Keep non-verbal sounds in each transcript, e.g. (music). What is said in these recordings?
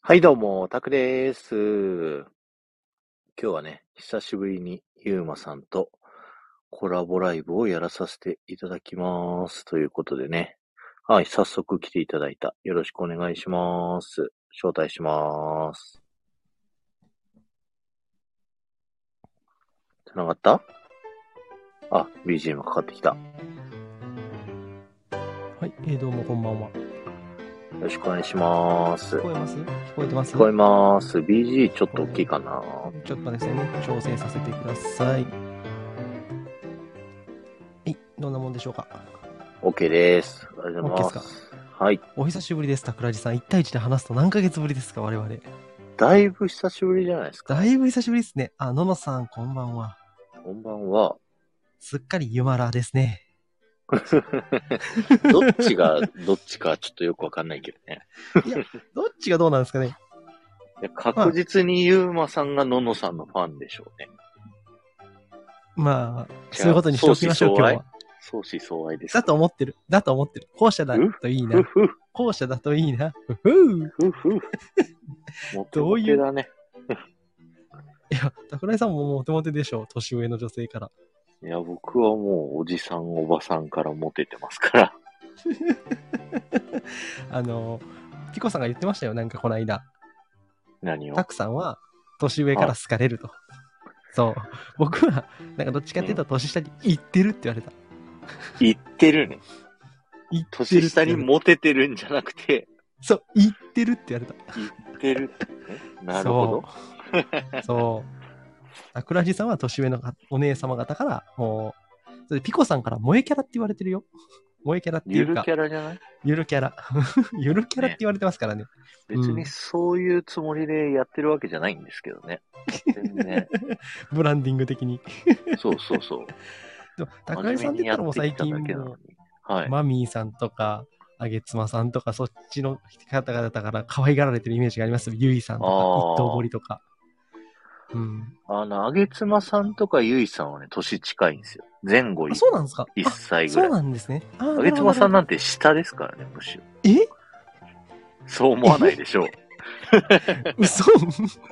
はい、どうも、タクです。今日はね、久しぶりにゆうまさんとコラボライブをやらさせていただきます。ということでね。はい、早速来ていただいた。よろしくお願いします。招待します。繋がったあ、BGM かかってきた。はい、えー、どうもこんばんは。よろしくお願いします。聞こえます聞こえてます聞こえます。BG ちょっと大きいかな。ちょっとですね、調整させてください。はい、どんなもんでしょうか ?OK です。ありがとうございます。すはい。お久しぶりです、桜地さん。1対1で話すと何ヶ月ぶりですか、我々。だいぶ久しぶりじゃないですか。だいぶ久しぶりですね。あ、ののさん、こんばんは。こんばんは。すっかりゆまらですね。どっちがどっちかちょっとよくわかんないけど (laughs) ね。いや、どっちがどうなんですかね。いや確実にユーマさんがののさんのファンでしょうね。まあ、そういうことにしておきましょう、今日は。相思相愛です、ね。だと思ってる。だと思ってる。後者だといいな。後者だといいな。ふふふ (laughs) ふ。モテモテだね。いや、桜井さんもモテモテでしょう。年上の女性から。いや、僕はもうおじさん、おばさんからモテてますから。 (laughs) あの、ピコさんが言ってましたよ、なんかこの間。何をたくさんは年上から好かれると。そう。僕は、なんかどっちかっていうと年下に行ってるって言われた。行ってるね。年下にモテてるんじゃなくて。そう、行ってるって言われた。行ってるって、ね。なるほど。そう。そう桜地さんは年上のお姉様方から、もう、ピコさんから萌えキャラって言われてるよ。萌えキャラっていうか。ゆるキャラじゃないゆるキャラ。 (laughs) ゆるキャラって言われてますからね。ね別にそういうつもりでやってるわけじゃないんですけどね。全 (laughs) 然。ブランディング的に。そうそうそう。でも、高井さんって言ったらもう最近も、はい、マミーさんとか、あげつまさんとか、そっちの方々から可愛がられてるイメージがあります。ゆいさんとか、一等堀とか。うん、あの、あげつまさんとかゆいさんはね、年近いんですよ。前後そうなんですか ?1 歳ぐらい。そうなんですね。あげつまさんなんて下ですからね、むしろ。えそう思わないでしょう。嘘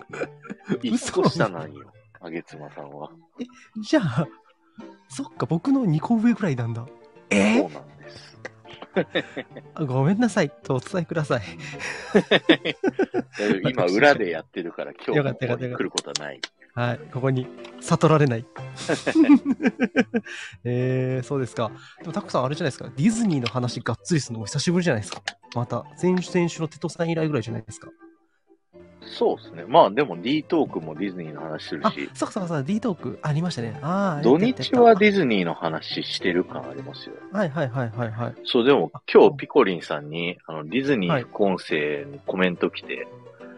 (laughs) 一個下なんよ、あげつまさんは。え、じゃあ、そっか、僕の2個上ぐらいなんだ。えそうなんです。ごめんなさいとお伝えください今、裏でやってるから、今日ここに来ることはない。はい、ここに悟られない。 (laughs) えー、そうですか。でも、たくさんあれじゃないですか。ディズニーの話がっつりするのも久しぶりじゃないですか。また、先週、先週のテトさん以来ぐらいじゃないですか。そうですね。まあ、でも D トークもディズニーの話するし。そうそうそう、D トークありましたね。ああ、土日はディズニーの話してる感ありますよ。はいはいはいはいはい。そう、でも今日ピコリンさんに、あの、ディズニー副音声のコメント来て、はい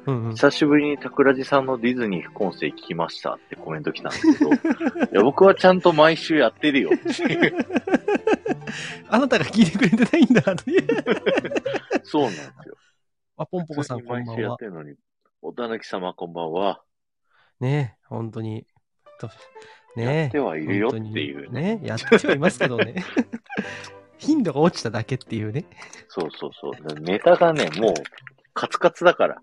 うんうん、久しぶりに桜地さんのディズニー副音声聞きましたってコメント来たんですけ (laughs) ど、いや僕はちゃんと毎週やってるよっていう。あなたが聞いてくれてない (laughs) んだっていう。そうなんですよ。あ、ポンポコさん、こんばんは。おたぬき様、こんばんは。ねえ、本当に。ねえ。やってはいるよっていうね。ねやってはいますけどね。 (laughs) 頻度が落ちただけっていうね。そうそうそう。ネタがね、もう、カツカツだから。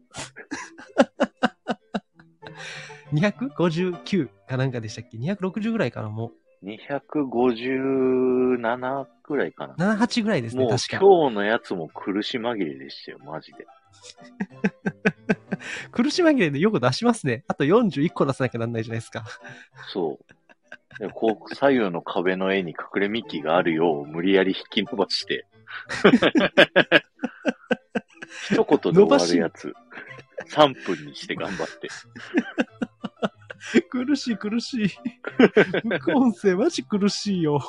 259かなんかでしたっけ ?260 ぐらいかな、もう。257ぐらいかな。 78ぐらいですね、確か。今日のやつも苦し紛れでしたよ、マジで。苦し紛れでよく出しますね。あと41個出さなきゃなんないじゃないですか。そう。でこう左右の壁の絵に隠れミッキーがあるよう無理やり引き伸ばして。 (laughs) 一言で終わるやつ。3分にして頑張って。苦しい苦しい。副音声マジ苦しいよ。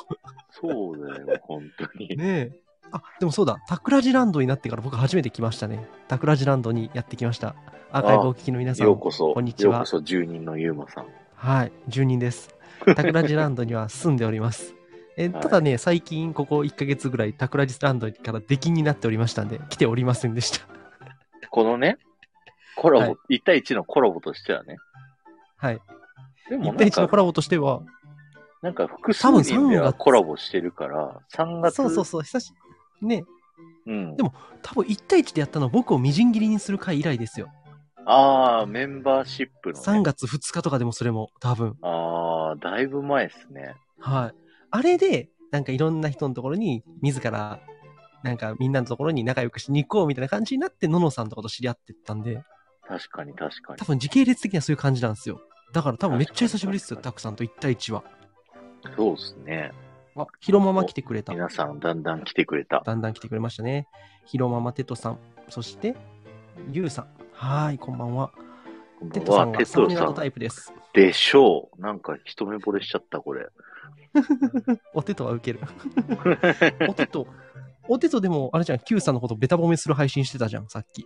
そうだよ、本当に。ねえ。あ、でもそうだ、タクラジランドになってから僕初めて来ましたね。タクラジランドにやってきました。アーカイブお聞きの皆さん、ようこそ、こんにちは。ようこそ、住人のゆうまさん。はい、住人です。タクラジランドには住んでおります。えただね、はい、最近ここ1ヶ月ぐらいタクラジランドから出禁になっておりましたんで、来ておりませんでした。 (laughs) このね、コラボ、はい、1対1のコラボとしてはね。はい。でも1対1のコラボとしては、なんか複数人ではコラボしてるから、3月。そうそうそう、久しね。うん、でも、多分1対1でやったの僕をみじん切りにする回以来ですよ。ああ、メンバーシップの、ね。 3月2日とかでもそれも、多分。ああ、だいぶ前ですね。はい。あれで、なんかいろんな人のところに、自ら、なんかみんなのところに仲良くしに行こうみたいな感じになって、ののさんとかと知り合ってったんで。確かに確かに。多分時系列的にはそういう感じなんですよ。だから多分めっちゃ久しぶりですよ、たくさんと1対1は。そうですね。あ、ひろまま来てくれた。皆さん、だんだん来てくれた。だんだん来てくれましたね。ひろままテトさん、そして、ゆうさん。はい、こんばんは。テトさんはサムネラタイプです。でしょう。なんか一目惚れしちゃった、これ。 (laughs) おテトは (laughs) ウケる。おテト、おテトでも、あれじゃん、Q さんのことべた褒めする配信してたじゃん、さっき。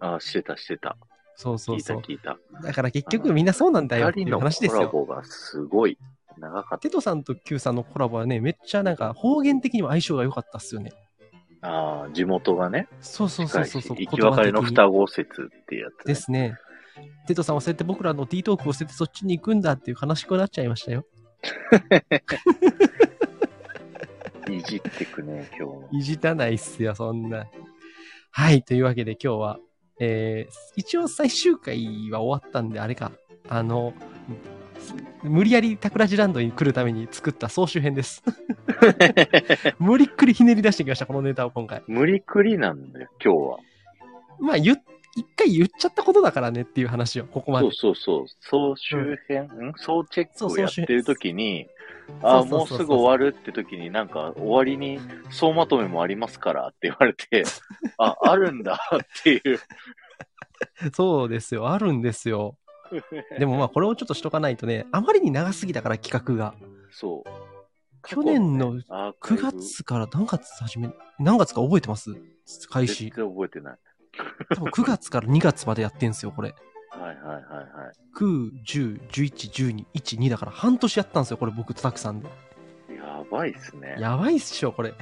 ああ、してた、してた。そうそうそう。聞いた、聞いた。だから結局みんなそうなんだよっていう話ですよ。コラボがすごい長かった。テトさんと Q さんのコラボはね、めっちゃなんか方言的にも相性が良かったっすよね。ああ、地元がね。そうそうそうそうそう。行き別れの双子説ってやつ、ね、ですね。テトさんはそうやって僕らの D トークを捨ててそっちに行くんだっていう悲しくなっちゃいましたよ。いじってくね、今日いじらないっすよ、そんな。はい、というわけで今日は、えー、一応最終回は終わったんで、あれか、あの、無理やりタクラジランドに来るために作った総集編です。 (laughs) 無理っくりひねり出してきました、このネタを今回。無理くりなんだよ、今日は。まあ、言、一回言っちゃったことだからねっていう話を、ここまで。そうそうそう。総集編、うん、総チェックをやってるときに、あもうすぐ終わるって時に、なんか終わりに総まとめもありますからって言われ (laughs) て、あ、あるんだっていう。そうですよ、あるんですよ。でもまあこれをちょっとしとかないとね、あまりに長すぎたから企画が。そう。去年の9月から何月始め、何月か覚えてます開始。全然覚えてない。多分9月から2月までやってんすよ、これ。はいはいはいはい。 9、10、11、12、1、2だから半年やったんですよ、これ僕とたくさんで。やばいっすね。やばいっしょ、これ。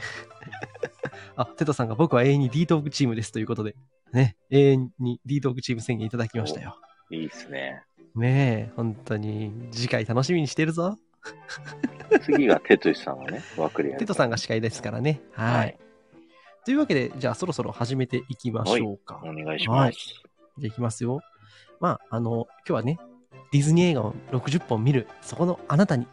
(laughs) あ、テトさんが僕は永遠に D トークチームですということで、ね、永遠に D トークチーム宣言いただきましたよ。いいっすね。ねえ、本当に、次回楽しみにしてるぞ。次がテトシさんは (laughs) ね、枠でテトさんが司会ですからね。はい。はい、というわけで、じゃあそろそろ始めていきましょうか。お願いします。はい、じゃあいきますよ。まあ、あの、今日はね、ディズニー映画を60本見る、そこのあなたに。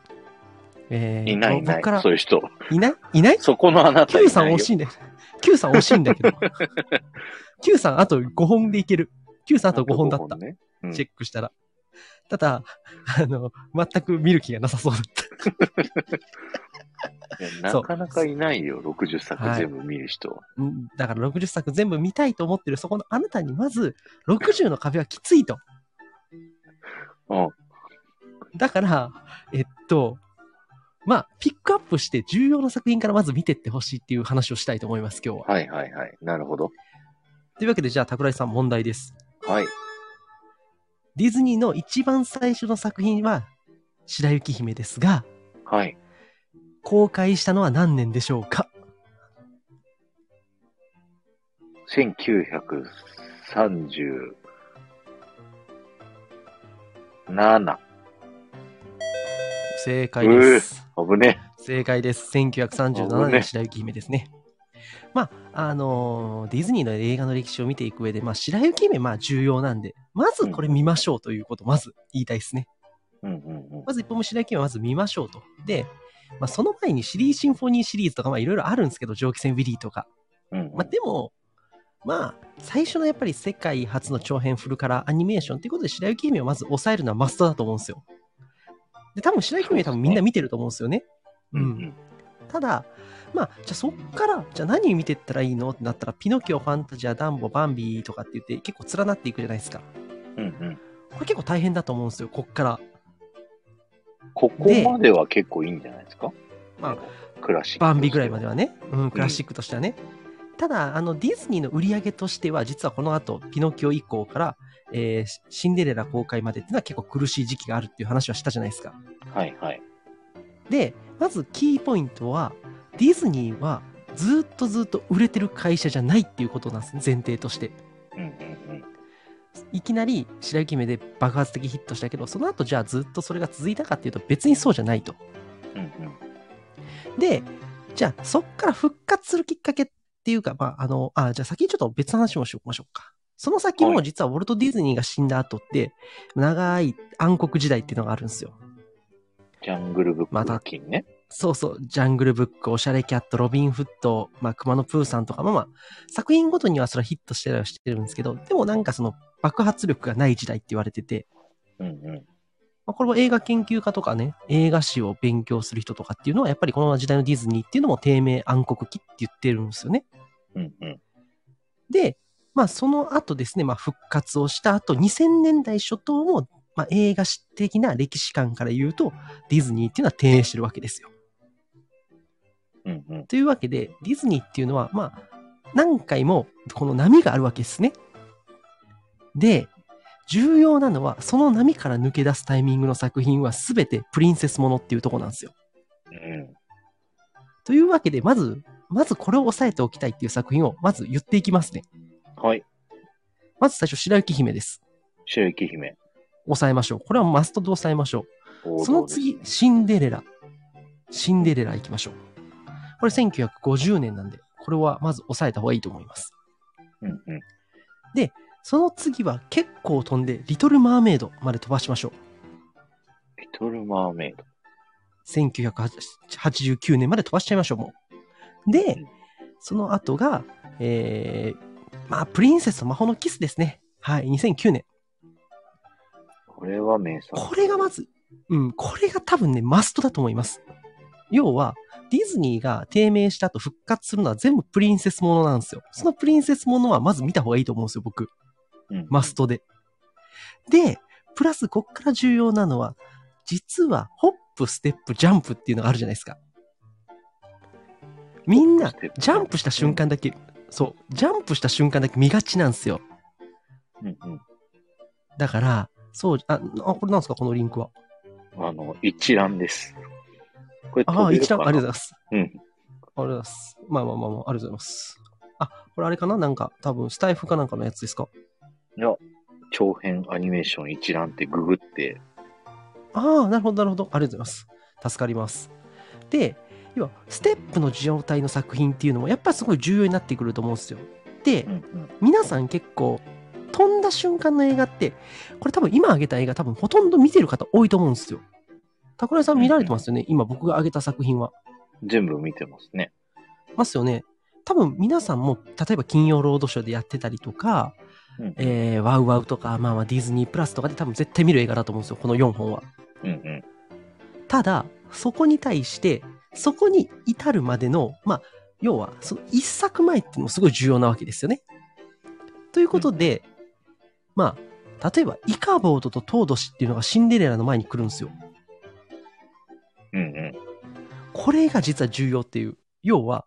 えー、いないいない、そういう人。いないい (laughs) ないそこのあなたに。 Q さん惜しい (laughs) んだけど。Q さん惜しいんだけど。Q さんあと5本でいける。Q さんあと5本だった。ねうん、チェックしたら。ただ、あの、全く見る気がなさそうだ、ったなかなかいないよ、60作全部見る人、はいだから60作全部見たいと思ってる、そこのあなたにまず、60の壁はきついと。うん。だから、えっと、まあ、ピックアップして重要な作品からまず見てってほしいっていう話をしたいと思います、今日は。はいはいはい。なるほど。というわけで、じゃあ、桜井さん問題です。はい。ディズニーの一番最初の作品は、白雪姫ですが、はい。公開したのは何年でしょうか ?1937。正解です。危ね。正解です。1937年白雪姫ですね。まあ、あのー、ディズニーの映画の歴史を見ていく上で、まあ、白雪姫、まあ、重要なんで、まずこれ見ましょうということ、まず言いたいですね。うんうんうん、まず一本目白雪姫はまず見ましょうと。で、まあ、その前にシリーシンフォニーシリーズとか、まあ、いろいろあるんですけど、蒸気船ウィリーとか。うんうん、まあ、でも、まあ、最初のやっぱり世界初の長編フルカラーアニメーションということで、白雪姫をまず抑えるのはマストだと思うんですよ。で、多分白雪姫多分みんな見てると思うんですよね。う,ねうん、うんただ、まあ、じゃあそっから、じゃあ何見てったらいいのってなったら、ピノキオ、ファンタジア、ダンボ、バンビーとかって言って、結構連なっていくじゃないですか。うんうん。これ結構大変だと思うんですよ、こっから。ここまでは結構いいんじゃないですかまあ、クラシック。バンビーぐらいまではね。うん、クラシックとしてはね。うん、ただ、あの、ディズニーの売り上げとしては、実はこの後、ピノキオ以降から、えー、シンデレラ公開までっていうのは結構苦しい時期があるっていう話はしたじゃないですか。はいはい。で、まずキーポイントは、ディズニーはずっとずっと売れてる会社じゃないっていうことなんです、ね、前提として。いきなり白雪姫で爆発的ヒットしたけど、その後じゃあずっとそれが続いたかっていうと別にそうじゃないと。うんうん、で、じゃあそっから復活するきっかけっていうか、まあ、あの、あ、じゃあ先にちょっと別の話もしましょうか。その先はもい実はウォルト・ディズニーが死んだ後って、長い暗黒時代っていうのがあるんですよ。ジャングルブまッたクキンね。そうそう、ジャングルブック、おしゃれキャット、ロビン・フット、まあ、熊野プーさんとか、まあまあ、作品ごとにはそれはヒットしてたりはしてるんですけど、でもなんかその爆発力がない時代って言われてて、うんうまあ、これも映画研究家とかね、映画史を勉強する人とかっていうのは、やっぱりこの時代のディズニーっていうのも低迷暗黒期って言ってるんですよね。ん。うんうん。で、まあその後ですね、まあ復活をした後、2000年代初頭も、まあ映画史的な歴史観から言うと、ディズニーっていうのは低迷してるわけですよ。うんうん。というわけで、ディズニーっていうのは、まあ、何回もこの波があるわけですね。で、重要なのは、その波から抜け出すタイミングの作品は全てプリンセスものっていうところなんですよ。うん。というわけで、まず、まずこれを押さえておきたいっていう作品を、まず言っていきますね。はい。まず最初、白雪姫です。白雪姫。押さえましょう。これはマストで押さえましょ王道う。ですその次、シンデレラ。シンデレラ行きましょう。これ1950年なんで、これはまず押さえた方がいいと思います。うんうん。その次は結構飛んで、リトル・マーメイドまで飛ばしましょう。リトル・マーメイド。 1989年まで飛ばしちゃいましょう、もう。で、その後が、えー、まあ、プリンセスと魔法のキスですね。はい、2009年。これは名作。これがまず、うん、これが多分ね、マストだと思います。要は、ディズニーが低迷した後復活するのは全部プリンセスものなんですよ。そのプリンセスものはまず見た方がいいと思うんですよ、僕。うんマストで。で、プラスこっから重要なのは、実はホップ、ステップ、ジャンプっていうのがあるじゃないですか。みんなホップステッ、プジャンプした瞬間だけ、そう、ジャンプした瞬間だけ見がちなんですよ。うんうん。だから、そう、あ、あこれなんですかこのリンクは。あの、一覧です。これああ、一覧、ありがとうございいまます。す。ありがとうございます。まあまあまあまあ、ありがとうございます。あ、これあれかななんか、多分、スタイフかなんかのやつですかうん。いや、長編アニメーション一覧ってググって、ああ、なるほど、なるほど。ありがとうございます。助かります。で、要は、ステップの状態の作品っていうのも、やっぱりすごい重要になってくると思うんですよ。でう、んうん。皆さん結構、飛んだ瞬間の映画って、これ多分今挙げた映画、多分ほとんど見てる方多いと思うんですよ。桜井さん見られてますよね今僕が挙げた作品は。全部見てますね。ますよね。多分皆さんも、例えば金曜ロードショーでやってたりとか、うんえー、ワウワウとか、まあまあディズニープラスとかで多分絶対見る映画だと思うんですよ、この4本は。うんうん。ただ、そこに対して、そこに至るまでの、まあ、要は、その一作前っていうのもすごい重要なわけですよね。ということで、まあ、例えば、イカボードとトードシっていうのがシンデレラの前に来るんですよ。うんうん。これが実は重要っていう。要は、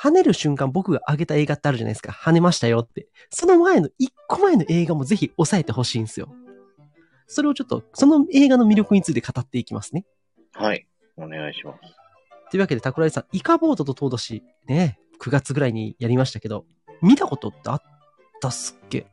跳ねる瞬間僕が上げた映画ってあるじゃないですか。跳ねましたよって。その前の、一個前の映画もぜひ押さえてほしいんですよ。それをちょっと、その映画の魅力について語っていきますね。はい。お願いします。というわけで、桜井さん、イカボードとトードシ、ね、9月ぐらいにやりましたけど、見たことってあったっすっけ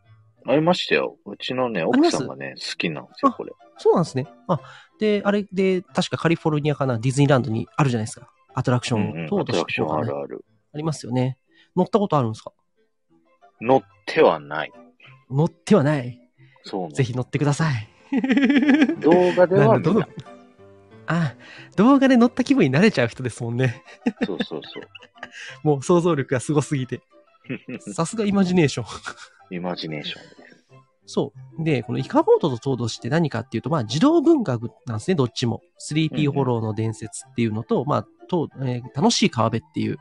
ありましたよ。うちのね、ありま奥すさんがね、好きなんですよ、あこれ。そうなんですね。あ、で、あれで、確かカリフォルニアかな、ディズニーランドにあるじゃないですか。アトラクショうんうン、んトーアトドシラクションあとかるねある。ありますよね。乗ったことあるんですか乗ってはない。乗ってはない。そうねぜひ乗ってください。 (laughs) 動画では見なるほたど。あ、動画で乗った気分になれちゃう人ですもんね。そうそうそう。もう想像力がすごすぎて。 (laughs) さすがイマジネーション。イマジネーションです。そう。で、このイカボードとトードシって何かっていうと、まあ、児童文学なんですね、どっちも。うんう 3P んホローの伝説っていうのと、まあ、とえー楽しい川辺っていう。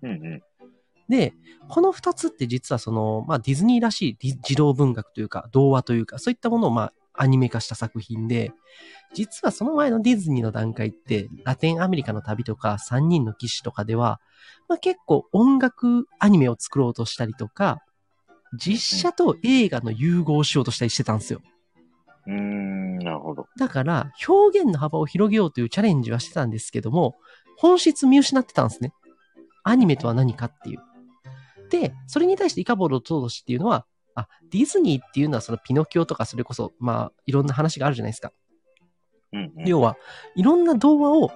うんうん。で、この二つって実はその、まあ、ディズニーらしいディ児童文学というか、童話というか、そういったものをまあ、アニメ化した作品で、実はその前のディズニーの段階って、ラテンアメリカの旅とか、三人の騎士とかでは、まあ、結構音楽アニメを作ろうとしたりとか、実写と映画の融合をしようとしたりしてたんですよ。うーん、なるほど。だから、表現の幅を広げようというチャレンジはしてたんですけども、本質見失ってたんですね。アニメとは何かっていう。で、それに対してイカボードとトドシっていうのは、あ、ディズニーっていうのはそのピノキオとかそれこそ、まあ、いろんな話があるじゃないですか。うんうん。要は、いろんな童話を、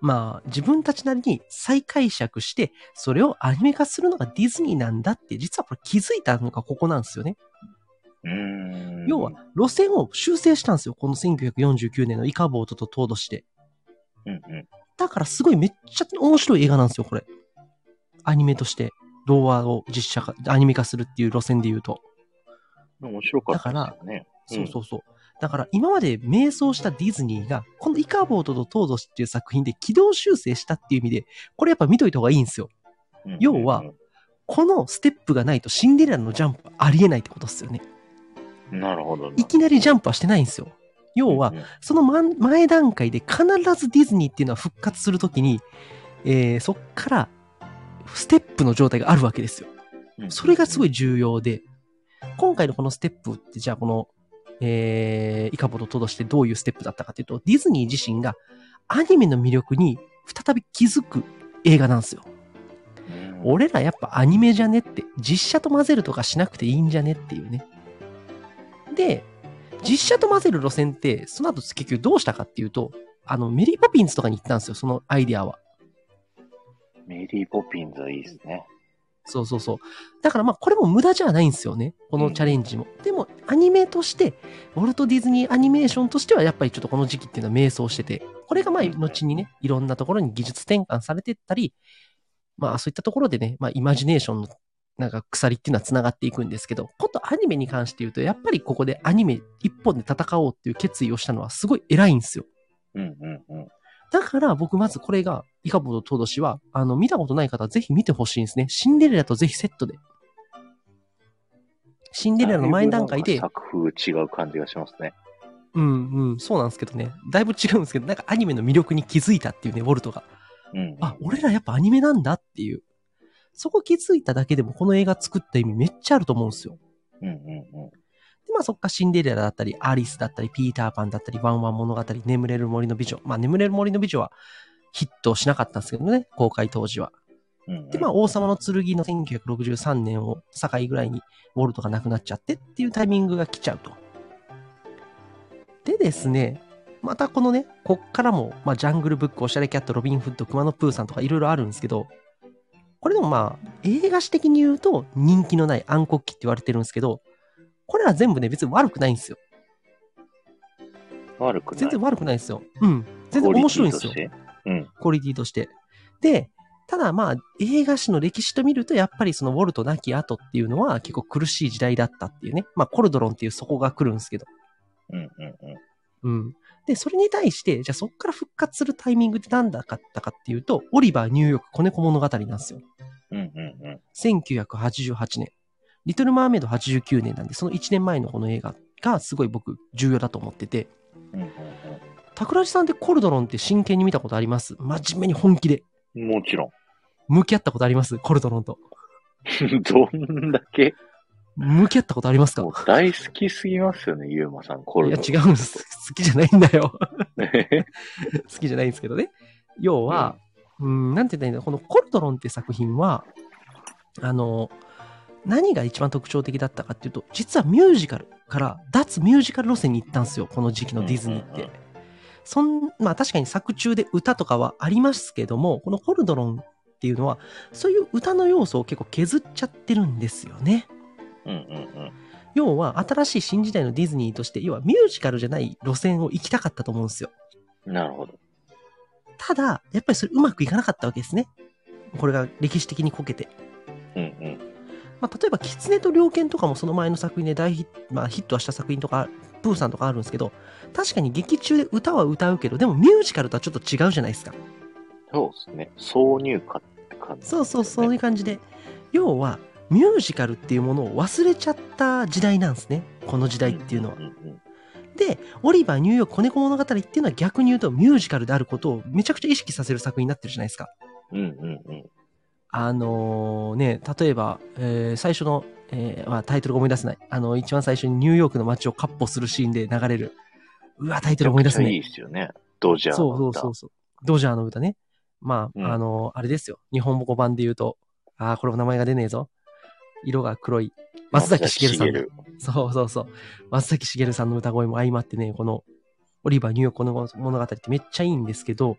まあ、自分たちなりに再解釈して、それをアニメ化するのがディズニーなんだって、実はこれ気づいたのがここなんですよね。うん要は、路線を修正したんですよ。この1949年のイカボートとトードして。うんうん、だからすごいめっちゃ面白い映画なんですよ、これ。アニメとして、童話を実写化、アニメ化するっていう路線で言うと。面白かったですね。だから、うん、そうそうそう。だから今まで迷走したディズニーが、このイカーボートとトードスっていう作品で軌道修正したっていう意味で、これやっぱ見といた方がいいんですよ。うんうんうん、要は、このステップがないとシンデレラのジャンプありえないってことですよね。なるほど。いきなりジャンプはしてないんですよ。要は、その前段階で必ずディズニーっていうのは復活するときに、えー、そっからステップの状態があるわけですよ。それがすごい重要で、今回のこのステップってじゃあこのえー、イカボとトドしてどういうステップだったかというと、ディズニー自身がアニメの魅力に再び気づく映画なんですよ。俺らやっぱアニメじゃねって、実写と混ぜるとかしなくていいんじゃねっていうね。で、実写と混ぜる路線って、その後結局どうしたかっていうと、あの、メリーポピンズとかに行ったんですよ、そのアイデアは。メリーポピンズはいいですね。そうそうそう。だからまあこれも無駄じゃないんですよね。このチャレンジも。うん、でもアニメとして、ウォルト・ディズニーアニメーションとしてはやっぱりちょっとこの時期っていうのは迷走してて、これがまあ後にね、いろんなところに技術転換されてったり、まあそういったところでね、まあイマジネーションのなんか鎖っていうのは繋がっていくんですけど、ことアニメに関して言うと、やっぱりここでアニメ一本で戦おうっていう決意をしたのはすごい偉いんですよ。うんうんうん。だから僕まずこれが、イカボとトドシは、あの、見たことない方はぜひ見てほしいんですね。シンデレラとぜひセットで。シンデレラの前段階で。作風違う感じがしますね。うんうん、そうなんですけどね。だいぶ違うんですけど、なんかアニメの魅力に気づいたっていうね、ウォルトが。うん、あ、俺らやっぱアニメなんだっていう。そこ気づいただけでもこの映画作った意味めっちゃあると思うんですよ。うんうんうん。で、まあそっかシンデレラだったり、アリスだったり、ピーターパンだったり、ワンワン物語、眠れる森の美女。まあ眠れる森の美女はヒットしなかったんですけどね、公開当時は。うんうん、で、まあ王様の剣の1963年を境ぐらいにウォルトが亡くなっちゃってっていうタイミングが来ちゃうと。でですね、またこのね、こっからも、まあ、ジャングルブック、おしゃれキャット、ロビンフッド、熊野プーさんとかいろいろあるんですけど、これでもまあ、映画史的に言うと人気のない暗黒期って言われてるんですけど、これら全部ね、別に悪くないんですよ。悪くない全然悪くないんですよ。うん。全然面白いんですよ。うん。クオリティとして。で、ただまあ、映画史の歴史と見ると、やっぱりそのウォルト亡き後っていうのは結構苦しい時代だったっていうね。まあ、コルドロンっていう底が来るんですけど。うんうんうん。うん。で、それに対して、じゃあそこから復活するタイミングって何だったかっていうと、オリバー・ニューヨーク子猫物語なんですよ。うんうんうん。 1988年。リトル・マーメイド89年なんで、その1年前のこの映画がすごい僕重要だと思ってて。桜、う、地、んうん、さんってコルドロンって真剣に見たことあります真面目に本気で。もちろん。 (laughs) 向き合ったことありますコルドロンと。どんだけ向き合ったことありますか大好きすぎますよね、ユーマさん、コルドロン。いや、違うんです。好きじゃないんだよ (laughs) (laughs) 好きじゃないんですけどね。要は、うん、ん、なんて言ったらいいんだこのコルドロンって作品は、あの、何が一番特徴的だったかっていうと、実はミュージカルから脱ミュージカル路線に行ったんですよ、この時期のディズニーって。うんうんうん、そんまあ確かに作中で歌とかはありますけども、このコルドロンっていうのは、そういう歌の要素を結構削っちゃってるんですよね。うんうんうん、要は、新しい新時代のディズニーとして、要はミュージカルじゃない路線を行きたかったと思うんですよ。なるほど。ただ、やっぱりそれうまくいかなかったわけですね。これが歴史的にこけて。うんうん。まあ、例えば、狐と猟犬とかもその前の作品で大ヒ,、まあ、ヒットはした作品とか、プーさんとかあるんですけど、確かに劇中で歌は歌うけど、でもミュージカルとはちょっと違うじゃないですか。そうですね。挿入歌って感じ、ね、そうそう、そういう感じで。要は、ミュージカルっていうものを忘れちゃった時代なんですね。この時代っていうのは。うんうんうんうん、で、オリバー、ニューヨーク、子猫物語っていうのは逆に言うとミュージカルであることをめちゃくちゃ意識させる作品になってるじゃないですか。うんうんうん。。あのー、ね、例えば、えー、最初の、えーまあ、タイトルが思い出せない。あの、一番最初にニューヨークの街をカッ歩するシーンで流れる。うわ、タイトル思い出せないいいですよね。ドジャーの歌。そうそうそうそう。ドジャーの歌ね。まあ、うん、あのー、あれですよ。日本語版で言うと、ああ、これも名前が出ねえぞ。色が黒い。松崎しげるさんる。そうそうそう。松崎しげるさんの歌声も相まってね、この、オリバー・ニューヨークの物語ってめっちゃいいんですけど、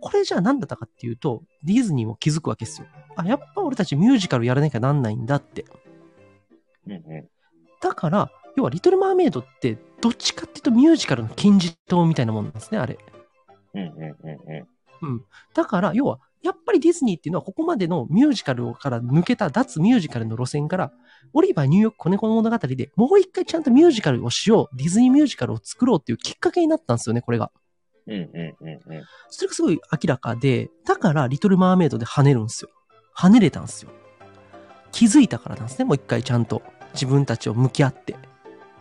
これじゃあ何だったかっていうと、ディズニーも気づくわけですよ。あ、やっぱ俺たちミュージカルやらなきゃなんないんだって。うんうだから、要はリトルマーメイドって、どっちかっていうとミュージカルの金字塔みたいなもんなんですね、あれ。ん。うんうんうんうだから、要は、やっぱりディズニーっていうのはここまでのミュージカルから抜けた脱ミュージカルの路線から、オリバーニューヨーク子猫の物語でもう一回ちゃんとミュージカルをしよう、ディズニーミュージカルを作ろうっていうきっかけになったんですよね、これが。ん。うんうんうんうん。それがすごい明らかで、だから、リトル・マーメイドで跳ねるんですよ。跳ねれたんですよ。気づいたからなんですね、もう一回ちゃんと自分たちを向き合って。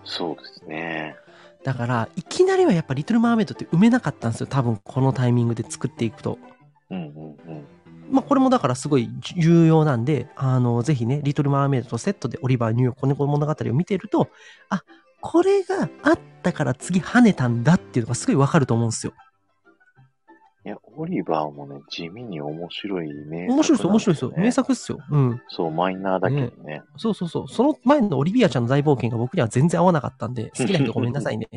そうですね。だから、いきなりはやっぱリトル・マーメイドって埋めなかったんですよ、多分このタイミングで作っていくと。うんうんうん。まあ、これもだからすごい重要なんで、あの、ぜひね、リトル・マーメイドとセットでオリバー・ニューヨーク子猫物語を見てると、あ、これがあったから次跳ねたんだっていうのがすごいわかると思うんですよ。いや、オリバーもね、地味に面白い名作、面白いですよ、面白いですよ。名。作っすよ。うん。そう、マイナーだけどね。そうそうそう。その前のオリビアちゃんの大冒険が僕には全然合わなかったん (laughs) で、好きな人ごめんなさいね。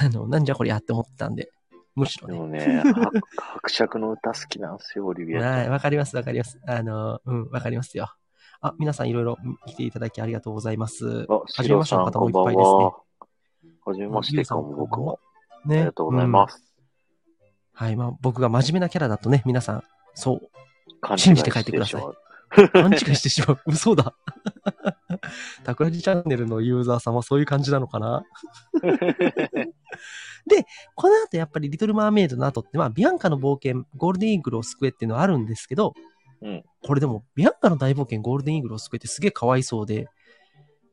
あの、なんじゃこりゃって思ってたんで、むしろでね。も (laughs) ね、は伯爵の歌好きなんですよ、オリビアちゃん。はい、わかります、わかります。あの、うん、わかりますよ。あ、皆さんいろいろ来ていただきありがとうございます。あ、シロさん、こんばんは。はじめましてかも、僕も。あね。。りがとうございますす。はい、まあ僕が真面目なキャラだとね、皆さん、そう、勘違信じて帰ってくださいしてしまう勘違いしてしまう。 (laughs) 嘘だ。たくらじチャンネルのユーザーさんはそういう感じなのかな (laughs) で、この後やっぱりリトル・マーメイドの後って、まあ、ビアンカの冒険、ゴールデンイーグルを救えっていうのはあるんですけど、うんこれでも、ビアンカの大冒険、ゴールデンイーグルを救えってすげえかわいそうで、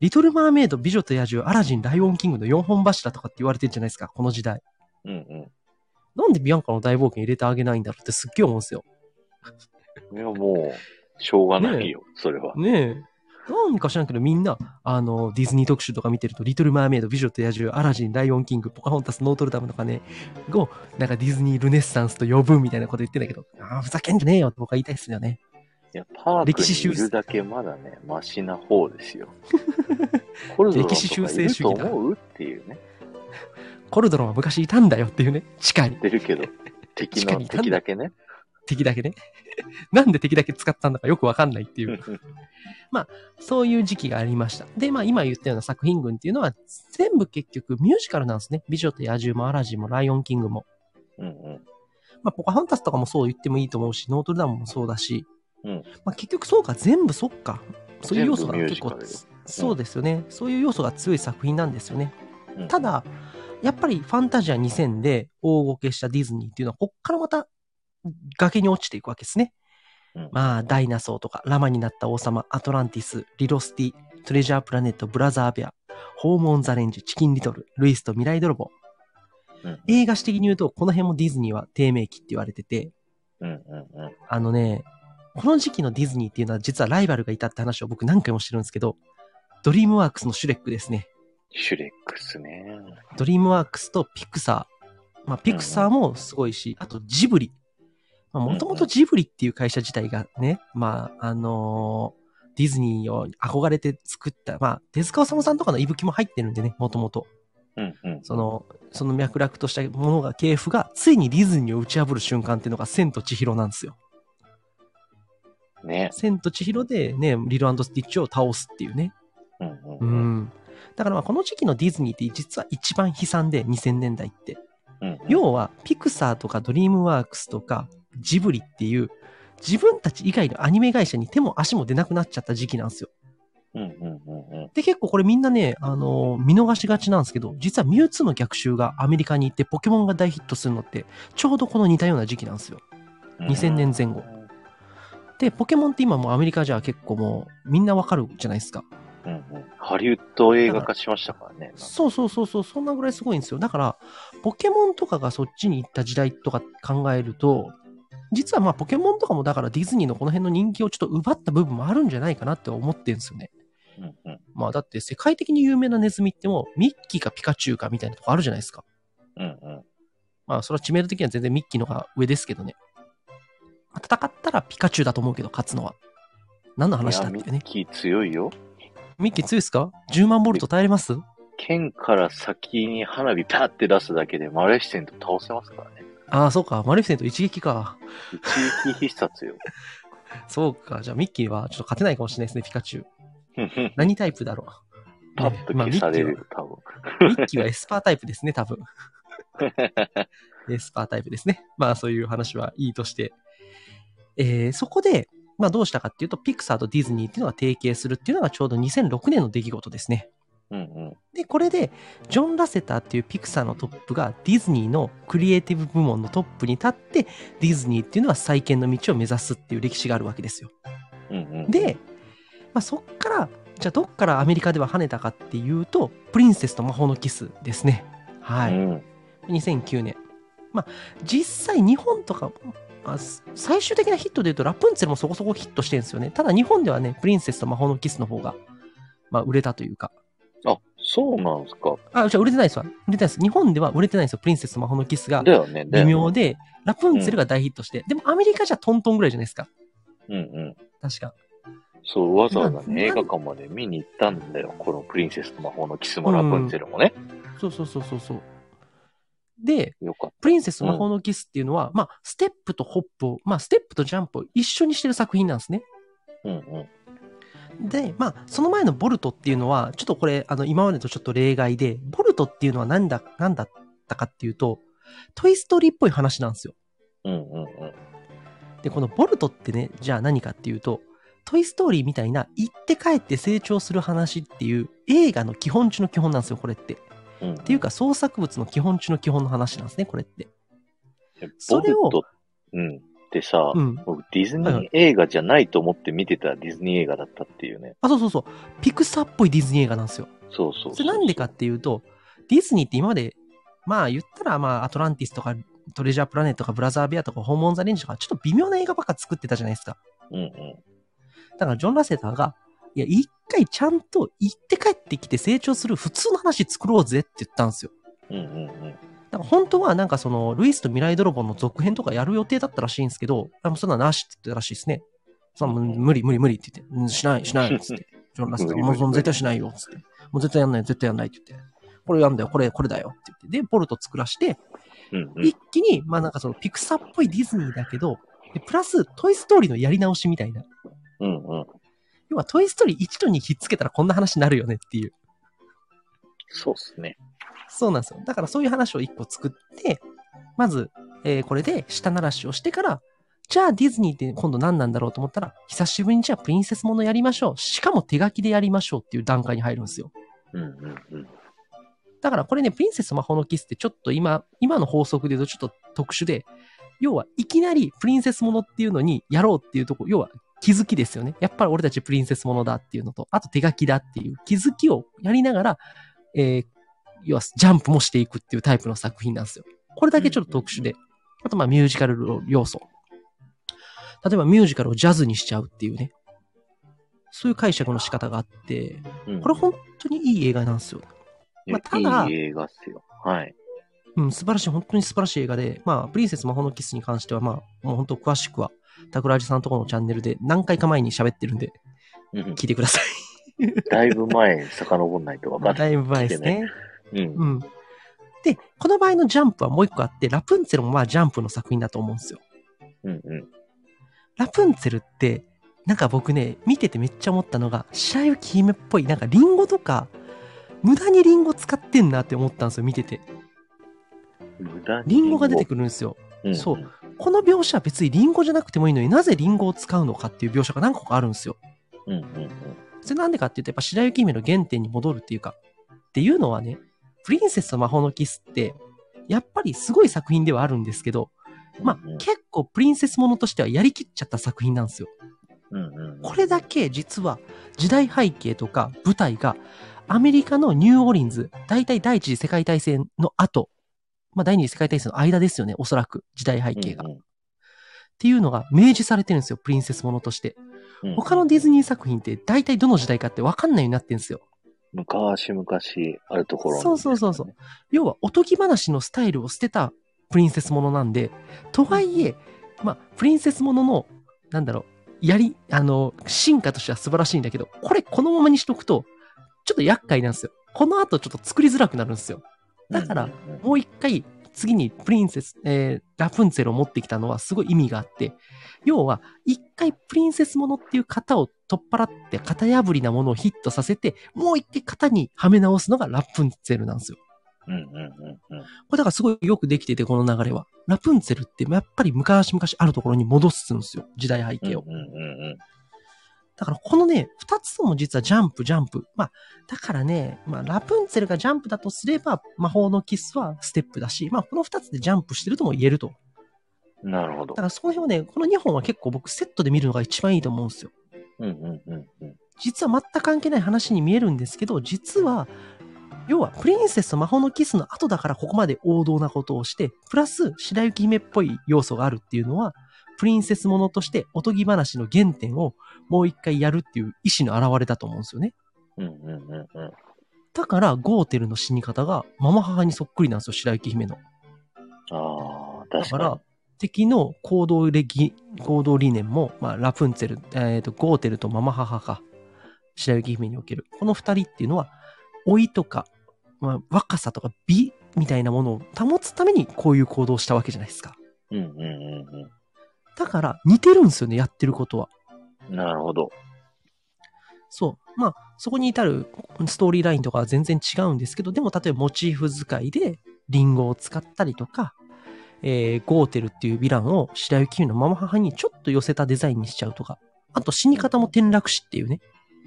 リトル・マーメイド、美女と野獣、アラジン、ライオンキングの4本柱とかって言われてるじゃないですか、この時代。うんなんでビアンカの大冒険入れてあげないんだろうってすっげえ思うんですよ。うん。いや、もう、しょうがないよ、それは。ねえ。なんか知らんけど、みんな、あの、ディズニー特集とか見てると、リトル・マーメイド、美女と野獣、アラジン、ライオン・キング、ポカホンタス、ノートルダムとかね、を、なんかディズニー・ルネッサンスと呼ぶみたいなこと言ってんだけど、ああ、ふざけんじゃねえよって僕は言いたいっすよね。いや、パーク歴史修にいるだけまだね、マシな方ですよ。コルドロンと (laughs) 歴史修かい正る主と義だ思うっていうね。コルドロンは昔いたんだよっていうね、地下に出るけ (laughs) ど、敵確かのに単敵だけね。敵だけね。 (laughs) なんで敵だけ使ったんだかよくわかんないっていうう。んうんそういう時期がありました。で、まあ今言ったような作品群っていうのは、全部結局ミュージカルなんですね。美女と野獣もアラジンもライオンキングも。うんまあポカホンタスとかもそう言ってもいいと思うし、ノートルダムもそうだし、うんまあ結局そうか、全部そっか。そういう要素が全部ミュー結ジカ構ルよつ、そうですよね。そういう要素が強い作品なんですよね。うん。ただ、やっぱりファンタジア2000で大ごけしたディズニーっていうのは、こっからまた崖に落ちていくわけですね。うん、まあ、ダイナソーとか、ラマになった王様、アトランティス、リロスティ、トレジャープラネット、ブラザーベア、ホームオンザレンジ、チキンリトル、ルイスと未来泥棒。うん映画史的に言うと、この辺もディズニーは低迷期って言われてて、うんうんうん。あのね、この時期のディズニーっていうのは実はライバルがいたって話を僕何回もしてるんですけど、ドリームワークスのシュレックですね。シュレックっすね。ドリームワークスとピクサー。まあ、ピクサーもすごいし、あとジブリ。まあ、もともとジブリっていう会社自体がね、まあ、あのーディズニーを憧れて作った、まあ、手塚治虫さんとかの息吹も入ってるんでね、もともと。うんうん。その、その脈絡としたものが、系譜が、ついにディズニーを打ち破る瞬間っていうのが、千と千尋なんですよ。ね。千と千尋でね、リロスティッチを倒すっていうね。うんううんうん。ん。だからまあ、この時期のディズニーって実は一番悲惨で、2000年代って。うんうん要は、ピクサーとかドリームワークスとか、ジブリっていう、自分たち以外のアニメ会社に手も足も出なくなっちゃった時期なんですよ。うんうんうんうん。で、結構これみんなね、あのー見逃しがちなんですけど、実はミュウツーの逆襲がアメリカに行ってポケモンが大ヒットするのって、ちょうどこの似たような時期なんですよ。2000年前後で、ポケモンって今もうアメリカじゃ結構もうみんなわかるじゃないですか。うんうん。ハリウッド映画化しましたからね。そうそうそうそう、そんなぐらいすごいんですよ。だから、ポケモンとかがそっちに行った時代とか考えると、実はまあポケモンとかもだからディズニーのこの辺の人気をちょっと奪った部分もあるんじゃないかなって思ってるんですよね。うんうんまあだって世界的に有名なネズミってもうミッキーかピカチュウかみたいなとこあるじゃないですか。うんうん。まあそれは知名度的には全然ミッキーの方が上ですけどね。まあ戦ったらピカチュウだと思うけど勝つのは。何のい話だや、っミてねッ。キー強いよ。ミッキー強いですか ?10 万ボルト耐えれます剣から先に花火パッて出すだけで、マレーシテンと倒せますからね。ああ、そうか。マルフィセント一撃か。一撃必殺よ。そうか。じゃあ、ミッキーはちょっと勝てないかもしれないですね、ピカチュウ。うん何タイプだろう。パッとまあ消されるよ、多分。 (laughs) ミッキーはエスパータイプですね、多分。エスパータイプですね。まあそういう話はいいとして。えーそこで、まあどうしたかっていうと、ピクサーとディズニーっていうのが提携するっていうのがちょうど2006年の出来事ですね。うんうん。で、これで、ジョン・ラセターっていうピクサーのトップがディズニーのクリエイティブ部門のトップに立って、ディズニーっていうのは再建の道を目指すっていう歴史があるわけですよ。うんうん、で、まあ、そっから、じゃあどっからアメリカでは跳ねたかっていうと、プリンセスと魔法のキスですね。はい。うん2009年。まあ、実際日本とか、まあす最終的なヒットで言うと、ラプンツェルもそこそこヒットしてるんですよね。ただ日本ではね、プリンセスと魔法のキスの方が、まあ、売れたというか。あ、そうなんすか。あ、じゃ売れてないですわ。売れてないです。日本では売れてないんですよ。プリンセスと魔法のキスがだよね。だ微よね妙。で、ラプンツェルが大ヒットして、でもアメリカじゃトントンぐらいじゃないですか。うんうん。確か。そう、わざわざなんね、映画館まで見に行ったんだよ。このプリンセスと魔法のキスもラプンツェルもね。そうそうそうそうそう。で、よかっプリンセスと魔法のキスっていうのは、まあ、ステップとホップを、まあ、ステップとジャンプを一緒にしてる作品なんですね。た。うんうん。で、まあ、その前のボルトっていうのは、ちょっとこれ、あの、今までとちょっと例外で、ボルトっていうのはなんだ、なんだったかっていうと、トイストーリーっぽい話なんですよ。うんうんうん。で、このボルトってね、じゃあ何かっていうと、トイストーリーみたいな、行って帰って成長する話っていう映画の基本中の基本なんですよ、これって。っうん、っていうか、創作物の基本中の基本の話なんですね、これって。ボそルれをト、うん、ってさ、うん。僕ディズニはいはーい映画じゃないと思って見てたディズニー映画だったっていうね。あ、そうそうそう。ピクサーっぽいディズニー映画なんですよ。そうそうそうそれなんでかっていうと、ディズニーって今まで、まあ言ったら、まあアトランティスとかトレジャープラネットとかブラザーベアとかホームオンザレンジとかちょっと微妙な映画ばっか作ってたじゃないですか。うんうん。だからジョン・ラセターが、いや、一回ちゃんと行って帰ってきて成長する普通の話作ろうぜって言ったんですよ。うんうんうん。だから本当はなんかその、ルイスと未来泥棒の続編とかやる予定だったらしいんですけど、あもうそんなのなしって言ってたらしいですね。そんなもう無理無理無理って言って、うんしないしないっつって。ジョン・ラスターが、もうその絶対しないよ、つって。もう絶対やんない、絶対やんないって言って。これやんだよ、これ、これだよって言って。で、ボルト作らして、うんうん一気に、まあなんかそのピクサーっぽいディズニーだけど、でプラス、トイストーリーのやり直しみたいな。うんうん。要は、トイストーリー1と2ひっつけたらこんな話になるよねっていう。そうっすね。そうなんですよ。だからそういう話を1個作って、まず、えーこれで下慣らしをしてから、じゃあディズニーって今度何なんだろうと思ったら、久しぶりにじゃあプリンセスものやりましょう。しかも手書きでやりましょうっていう段階に入るんですよ。うんうんうん。だからこれね、プリンセス魔法のキスってちょっと今、今の法則で言うとちょっと特殊で、要はいきなりプリンセスものっていうのにやろうっていうとこ、要は気づきですよね。やっぱり俺たちプリンセスものだっていうのと、あと手書きだっていう気づきをやりながら、えー要はジャンプもしていくっていうタイプの作品なんですよ。これだけちょっと特殊で。あとまあミュージカル要素。例えばミュージカルをジャズにしちゃうっていうね。そういう解釈の仕方があって、うんこれ本当にいい映画なんですよ。いやまあただいい映画っすよ。はい。うん、素晴らしい、本当に素晴らしい映画で、まあ、プリンセス魔法のキスに関しては、まあ、もう本当詳しくは、タクラジさんのところのチャンネルで何回か前に喋ってるんで、うん聞いてください。だいぶ前に (laughs) 遡んないとわかんない。だいぶ前ですね。うんう。ん。で、この場合のジャンプはもう一個あって、ラプンツェルもまあジャンプの作品だと思うんですよ。うんうん。ラプンツェルって、なんか僕ね、見ててめっちゃ思ったのが、白雪姫っぽい、なんかリンゴとか、無駄にリンゴ使ってんなって思ったんですよ、見てて。無駄にリンゴが出てくるんですよ。るそう。この描写は別にリンゴじゃなくてもいいのになぜリンゴを使うのかっていう描写が何個かあるんですよ。うんうんうん。それなんでかっていうとやっぱ白雪姫の原点に戻るっていうか、っていうのはね、プリンセスと魔法のキスって、やっぱりすごい作品ではあるんですけど、まあうんうん結構プリンセスものとしてはやりきっちゃった作品なんですよ。うんうん。これだけ実は時代背景とか舞台がアメリカのニューオーリンズ、大体第一次世界大戦の後、まあ第二次世界大戦の間ですよね、おそらく時代背景が。うんうんっていうのが明示されてるんですよ、プリンセスものとして。うん他のディズニー作品って大体どの時代かって分かんないようになってるんですよ。昔々あるところ、そうそうそうそう。要はおとぎ話のスタイルを捨てたプリンセスものなんで、とはいえ、まあ、プリンセスものの、なんだろう、やり、あの、進化としては素晴らしいんだけど、これこのままにしとくと、ちょっと厄介なんですよ。この後ちょっと作りづらくなるんですよ。だからうんうんうんもう一回次にプリンセス、えー、ラプンツェルを持ってきたのはすごい意味があって、要は、一回プリンセスものっていう型を取っ払って、型破りなものをヒットさせて、もう一回型にはめ直すのがラプンツェルなんですよ。うんうんうんうん、これだからすごいよくできてて、この流れは。ラプンツェルってやっぱり昔々あるところに戻すんですよ。時代背景を。うんうんうんうんだからこのね、二つとも実はジャンプ、ジャンプ。まあ、だからね、まあ、ラプンツェルがジャンプだとすれば、魔法のキスはステップだし、まあ、この二つでジャンプしてるとも言えると。なるほど。だからその辺はね、この二本は結構僕セットで見るのが一番いいと思うんですよ。うんうんうんうん。実は全く関係ない話に見えるんですけど、実は、要は、プリンセスと魔法のキスの後だからここまで王道なことをして、プラス白雪姫っぽい要素があるっていうのは、プリンセスものとしておとぎ話の原点をもう一回やるっていう意思の表れだと思うんですよね。うんうんうんうん。だから、ゴーテルの死に方が、ママ母にそっくりなんですよ、白雪姫の。ああ、確かに。だから、敵の行動歴、行動理念も、まあ、ラプンツェル、えっ、ー、と、ゴーテルとママ母か、白雪姫における、この二人っていうのは、老いとか、まあ、若さとか美みたいなものを保つために、こういう行動をしたわけじゃないですか。うんうんうんうん。だから似てるんですよね、やってることは。なるほど。そう。まあ、そこに至るストーリーラインとかは全然違うんですけど、でも例えばモチーフ使いでリンゴを使ったりとか、えー、ゴーテルっていうヴィランを白雪姫のママ母にちょっと寄せたデザインにしちゃうとか、あと死に方も転落死っていうね。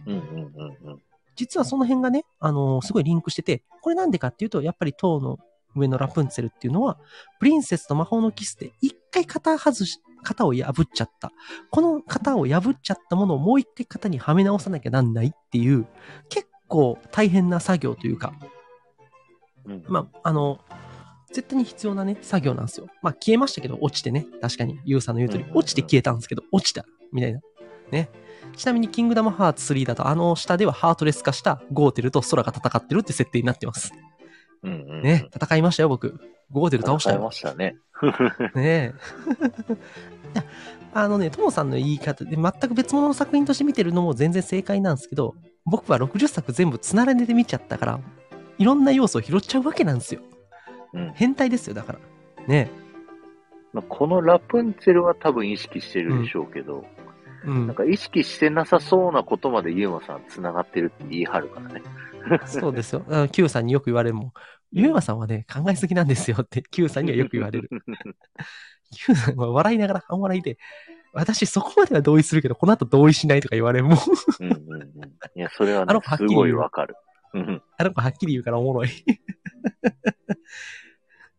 うんうんうんうん。実はその辺がね、あのー、すごいリンクしてて、これなんでかっていうと、やっぱり塔の上のラプンツェルっていうのは、プリンセスと魔法のキスで一回型外し、型を破っちゃった。この型を破っちゃったものをもう一回型にはめ直さなきゃなんないっていう、結構大変な作業というか、うん、まあ、あの、絶対に必要なね、作業なんですよ。まあ、消えましたけど、落ちてね。確かに、ユウさんの言う通り、落ちて消えたんですけど、落ちた。みたいな。ね。ちなみに、キングダムハーツ3だと、あの下ではハートレス化したゴーテルと空が戦ってるって設定になってます。うんうんうん、ね、戦いましたよ、僕。ゴーデル倒したよ。戦いましたね。ね (laughs) え。あのね、ともさんの言い方で、全く別物の作品として見てるのも全然正解なんですけど、僕は60作全部つなられて見ちゃったから、いろんな要素を拾っちゃうわけなんですよ。うん、変態ですよ、だから。ねまあ、このラプンツェルは多分意識してるでしょうけど、う (laughs) ん、なんか意識してなさそうなことまでユーマさんつながってるって言い張るからね。そうですよ。Q さんによく言われるもん。ユーマさんはね、考えすぎなんですよって Q さんにはよく言 (laughs) われる。Q さんは笑いながら半笑いで、私そこまでは同意するけど、この後同意しないとか言われるもん。うんうんうん、いや、それは、ね、すごいわかる。あの子はっきり言うからおもろい。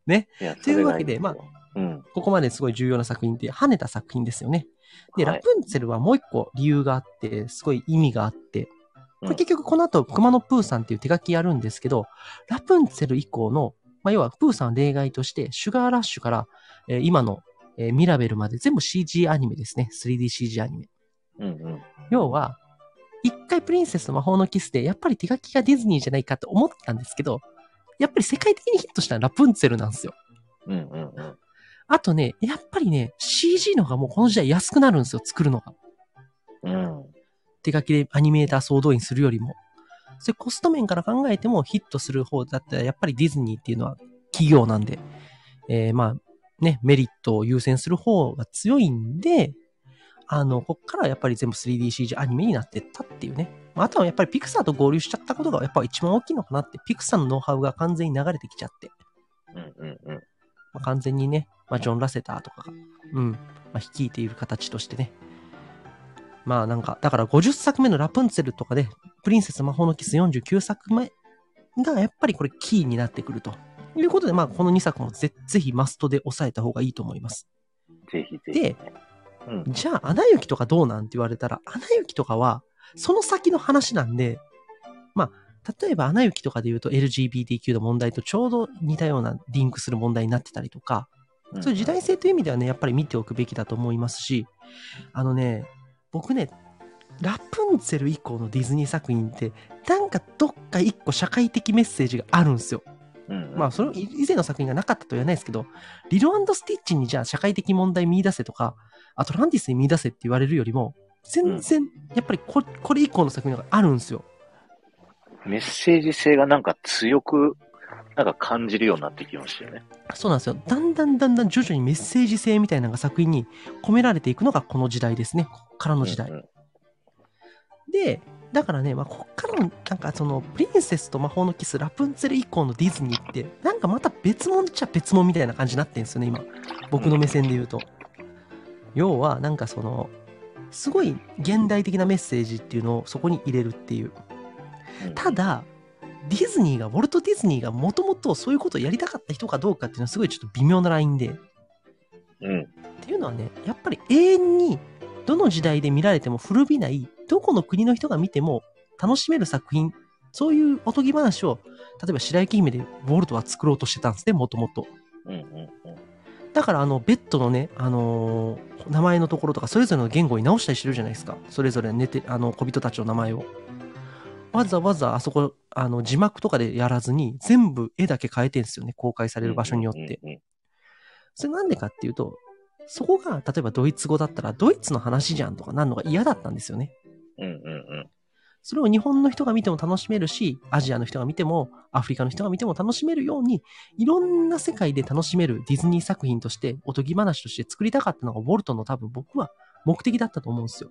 ね。というわけで、まあ、うん、ここまですごい重要な作品で、跳ねた作品ですよね。で、、はいラプンツェルはもう一個理由があって、すごい意味があって、これ結局この後、熊野プーさんっていう手書きやるんですけど、ラプンツェル以降の、まあ、要はプーさん例外として、シュガーラッシュから、えー、今の、えー、ミラベルまで全部 CG アニメですね。3DCG アニメ。うんうん、要は、一回プリンセスの魔法のキスで、やっぱり手書きがディズニーじゃないかと思ったんですけど、やっぱり世界的にヒットしたラプンツェルなんですよ。うんうんうん、あとね、やっぱりね、CG の方がもうこの時代安くなるんですよ、作るのが。うん。手書きでアニメーター総動員するよりも。それコスト面から考えてもヒットする方だったら、やっぱりディズニーっていうのは企業なんで、えー、まあ、ね、メリットを優先する方が強いんで、あの、こっからはやっぱり全部 3DCG アニメになってったっていうね。まあ、あとはやっぱりピクサーと合流しちゃったことがやっぱ一番大きいのかなって、ピクサーのノウハウが完全に流れてきちゃって。うんうんうん。まあ、完全にね、まあ、ジョン・ラセターとかが、うん、まあ、率いている形としてね、まあなんか、だから50作目のラプンツェルとかで、プリンセス魔法のキス49作目がやっぱりこれキーになってくると。いうことで、まあこの2作もぜぜひマストで押さえた方がいいと思います。ぜひぜひ。で、うん、じゃあ、アナ雪とかどうなんて言われたら、アナ雪とかは、その先の話なんで、まあ、例えばアナ雪とかで言うと LGBTQ の問題とちょうど似たようなリンクする問題になってたりとか、そういう時代性という意味ではね、やっぱり見ておくべきだと思いますし、あのね、僕ね、ラプンツェル以降のディズニー作品って、なんかどっか一個社会的メッセージがあるんですよ。うん、うん、まあ、それ以前の作品がなかったとは言わないですけど、リロスティッチにじゃあ社会的問題見出せとか、アトランティスに見出せって言われるよりも、全然、やっぱりここれ以降の作品があるんですよ、うん。メッセージ性がなんか強くなんか感じるようになってきましたよね。そうなんですよ。だんだんだんだん徐々にメッセージ性みたいなのが作品に込められていくのがこの時代ですね。ここからの時代。うんうんで、だからね、まあ、こっからの、なんかその、プリンセスと魔法のキス、ラプンツェル以降のディズニーって、なんかまた別物っちゃ別物みたいな感じになってんですよね、今。僕の目線で言うと。要は、なんかその、すごい現代的なメッセージっていうのをそこに入れるっていう。うんただ、ディズニーが、ウォルト・ディズニーがもともとそういうことをやりたかった人かどうかっていうのはすごいちょっと微妙なラインで。うん。っていうのはね、やっぱり永遠にどの時代で見られても古びない、どこの国の人が見ても楽しめる作品、そういうおとぎ話を、例えば白雪姫でウォルトは作ろうとしてたんですね、もともと。うん。うん。うん。だからあの、ベッドのね、あのー名前のところとか、それぞれの言語に直したりしてるじゃないですか。それぞれ寝て、あの、小人たちの名前を。わざわざあそこ、あの、字幕とかでやらずに、全部絵だけ変えてんですよね、公開される場所によって。うん。それなんでかっていうと、そこが、例えばドイツ語だったら、ドイツの話じゃんとかなんのが嫌だったんですよね。うん。うん。うん。それを日本の人が見ても楽しめるし、アジアの人が見ても、アフリカの人が見ても楽しめるように、いろんな世界で楽しめるディズニー作品として、おとぎ話として作りたかったのが、ウォルトンの多分僕は目的だったと思うんですよ。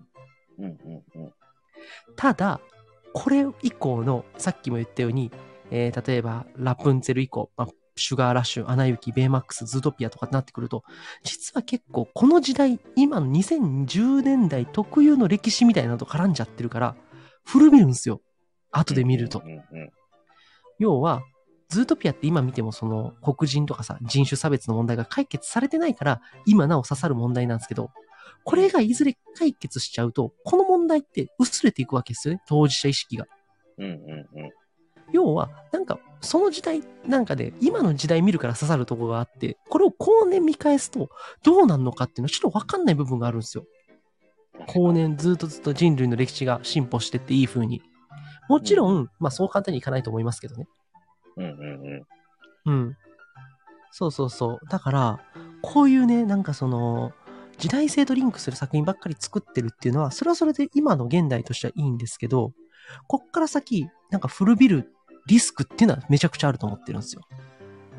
うん。うん。うん。ただ、これ以降の、さっきも言ったように、えー例えば、ラプンツェル以降、まあ、シュガーラッシュ、アナ雪、ベイマックス、ズートピアとかになってくると、実は結構、この時代、今の2010年代特有の歴史みたいなのと絡んじゃってるから、古びるんですよ。後で見るとう。ん。うん。要は、ズートピアって今見てもその黒人とかさ、人種差別の問題が解決されてないから、今なお刺さる問題なんですけど、これがいずれ解決しちゃうと、この問題って薄れていくわけですよね、当事者意識が。うん。うん。うん。要は、なんか、その時代なんかで、今の時代見るから刺さるところがあって、これを後年見返すと、どうなんのかっていうのはちょっとわかんない部分があるんですよ。後年ずっとずっと人類の歴史が進歩してっていい風に。もちろん、まあそう簡単にいかないと思いますけどね。うん。うん。うん。うん。そうそうそう。だから、こういうね、なんかその、時代性とリンクする作品ばっかり作ってるっていうのは、それはそれで今の現代としてはいいんですけど、こっから先、なんか古びるリスクっていうのはめちゃくちゃあると思ってるんですよ。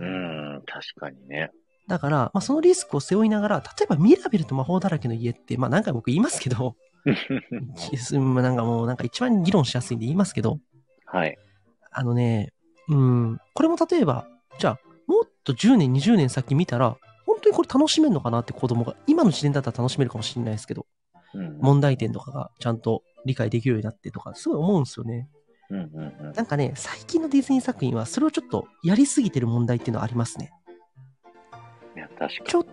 うん、確かに (laughs) ね。だから、まあ、そのリスクを背負いながら、例えばミラベルと魔法だらけの家って、まあ何回僕言いますけど、 (laughs) うんなんかもうなんか一番議論しやすいんで言いますけど、はい。あのね、うん、これも例えば、じゃあ、もっと10年、20年先見たら、本当にこれ楽しめるのかなって子供が、今の時点だったら楽しめるかもしれないですけど、うん問題点とかがちゃんと理解できるようになってとか、すごい思うんですよね。うんうんうんなんかね、最近のディズニー作品は、それをちょっとやりすぎてる問題っていうのはありますね。いや確かにね。ちょっ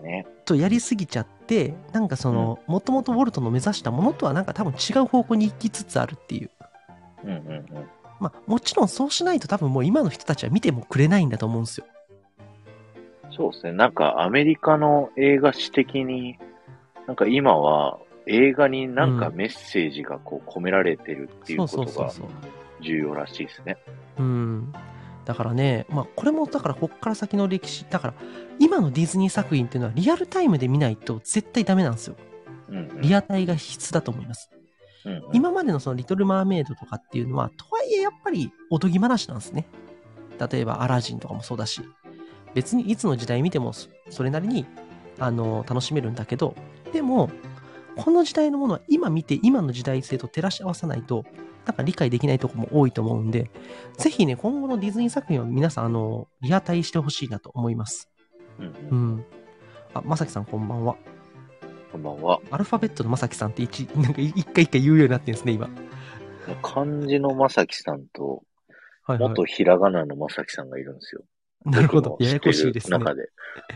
とやりすぎちゃって、なんかその、もともとウォルトの目指したものとはなんか多分違う方向に行きつつあるっていう。うんうんうん。まあ、もちろんそうしないと多分もう今の人たちは見てもくれないんだと思うんですよ。そうですね。なんかアメリカの映画史的に、なんか今は映画になんかうんメッセージがこう込められてるっていうこそうとそうそうがそう。重要らしいですね。うん。だからね、まあこれもだからこっから先の歴史、だから今のディズニー作品っていうのはリアルタイムで見ないと絶対ダメなんですよ。うんうんリアタイが必須だと思います。うんうん今までのそのリトル・マーメイドとかっていうのは、とはいえやっぱりおとぎ話なんですね。例えばアラジンとかもそうだし、別にいつの時代見てもそそれなりに、あの、楽しめるんだけど、でも、この時代のものは今見て今の時代性と照らし合わさないと、なんか理解できないとこも多いと思うんで、ぜひね、今後のディズニー作品は皆さん、あの、リアタイしてほしいなと思います。うんううんん。あ、まさきさんこんばんは。こんばんは。アルファベットのまさきさんって一、なんか一回一回言うようになってるんですね、今。漢字のまさきさんと、はい、はい。元ひらがなのまさきさんがいるんですよ。なるほど。僕のややこしいですね知って。る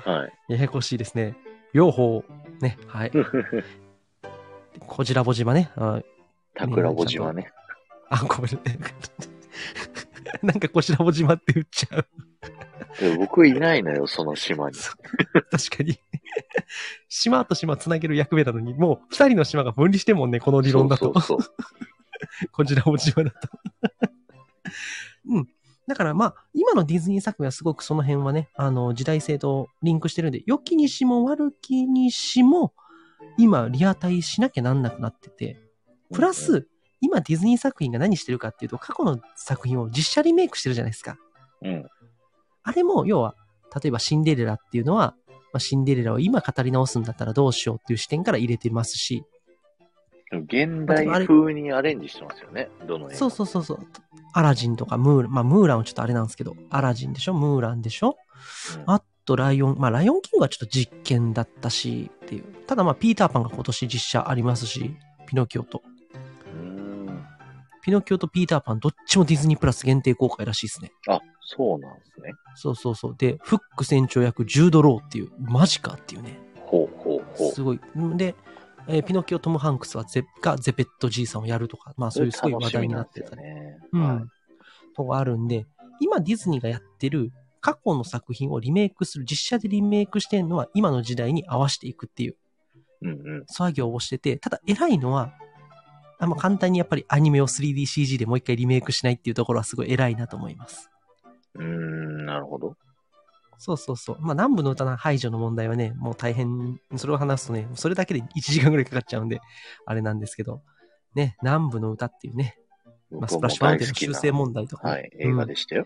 中で。はい。ややこしいですね。両方、ね、 (laughs) はい。こじらぼ島ね。あ、桜ぼ島ね。あごめんね。 (laughs) なんかこじらぼ島って言っちゃう。で僕いないのよ、その島に。確かに。島と島つなげる役目なのに、もう二人の島が分離してんもんね、この理論だと。そうそうそう (laughs) こちらも島だと。 (laughs) うん。だからまあ、今のディズニー作品はすごくその辺はね、あの、時代性とリンクしてるんで、良きにしも悪きにしも、今、リアタイしなきゃなんなくなってて、プラうんス、今ディズニー作品が何してるかっていうと、過去の作品を実写リメイクしてるじゃないですか。うん。あれも、要は、例えばシンデレラっていうのは、まあ、シンデレラを今語り直すんだったらどうしようっていう視点から入れてますし、現代風にアレンジしてますよね、どの映画そうそうそうそう。アラジンとかムーラン、まあムーランはちょっとあれなんですけど、アラジンでしょ、ムーランでしょ、うんあとライオン、まあライオンキングはちょっと実験だったしっていう。ただまあピーターパンが今年実写ありますし、ピノキオと。うんピノキオとピーターパンどっちもディズニープラス限定公開らしいですね。あ、そうなんですね。そうそうそう。で、フック船長役ジュードローっていう、マジかっていうね。ほうほうほう。すごい。んで、えーピノキオトム・ハンクスはゼがゼペット爺さんをやるとか、まあそういうすごい話題になってたね。ね。うはいん。とかあるんで、今ディズニーがやってる過去の作品をリメイクする、実写でリメイクしてるのは今の時代に合わせていくっていううんうん。作業をしてて、ただ偉いのは、あまあ簡単にやっぱりアニメを 3DCG でもう一回リメイクしないっていうところはすごい偉いなと思います。うーん、なるほど。そうそうそう。まあ南部の歌の排除の問題はね、もう大変、それを話すとね、それだけで1時間ぐらいかかっちゃうんで、あれなんですけど、ね、南部の歌っていうね、まあ、スプラッシュマウンテンの修正問題とかね、はい、映画でしたよ。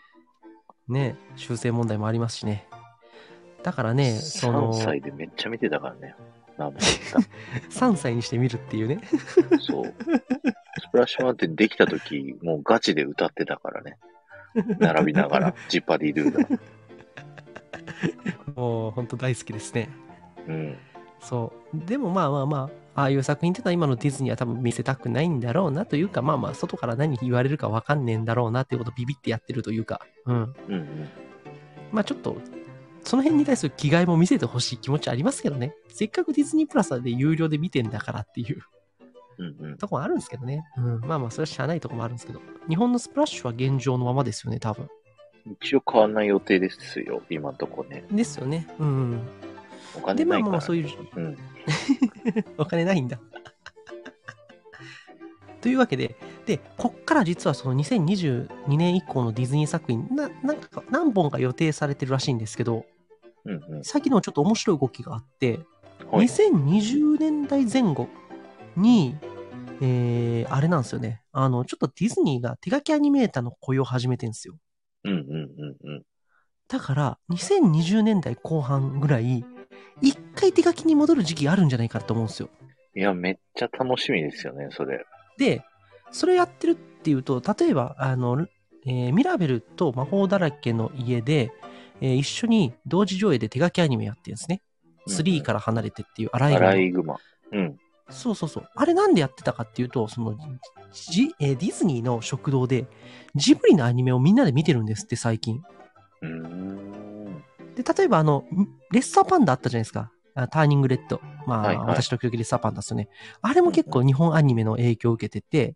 ね、修正問題もありますしね。だからね、その、 3歳でめっちゃ見てたからね。なんか3歳にして見るっていうね。そう。スプラッシュマウンテンできた時、もうガチで歌ってたからね。並びながら、ジッパディルーダ。もう、ほんと大好きですね。うん。そう。でもまあまあまあ、ああいう作品ってのは今のディズニーは多分見せたくないんだろうなというか、まあまあ、外から何言われるかわかんねえんだろうなっていうことをビビってやってるというか、うん。うんうん。まあちょっと、その辺に対する着替えも見せてほしい気持ちありますけどね。せっかくディズニープラスで有料で見てんだからっていう。 (laughs) うんうん。とこもあるんですけどね。うん。まあまあ、それはしゃあないとこもあるんですけど。日本のスプラッシュは現状のままですよね、多分。一応変わんない予定ですよ、今んとこね。ですよね。うん。おで、金まなあいかまら。あ、そういう。いう、うん。お金ないんだ。というわけで、で、こっから実はその2022年以降のディズニー作品、な、なんか何本か予定されてるらしいんですけど、うんうん。最近のちょっと面白い動きがあって、はい。 2020年代前後に、えー、あれなんですよね。あの、ちょっとディズニーが手書きアニメーターの雇用を始めてるんですよ。うんうんうんうん。だから、2020年代後半ぐらい、一回手書きに戻る時期あるんじゃないかと思うんですよ。いや、めっちゃ楽しみですよね、それ。で、それやってるっていうと、例えば、あの、えーミラベルと魔法だらけの家で、えー一緒に同時上映で手書きアニメやってるんですね。3から離れてっていうアライアグマライグマ。うん。そうそうそう。あれなんでやってたかっていうと、その、じえーディズニーの食堂で、ジブリのアニメをみんなで見てるんですって、最近。うーん。で、例えばあの、んレッサーパンダあったじゃないですか。あターニングレッド。まあ、はいはい私時々レッサーパンダですよね。あれも結構日本アニメの影響を受けてて、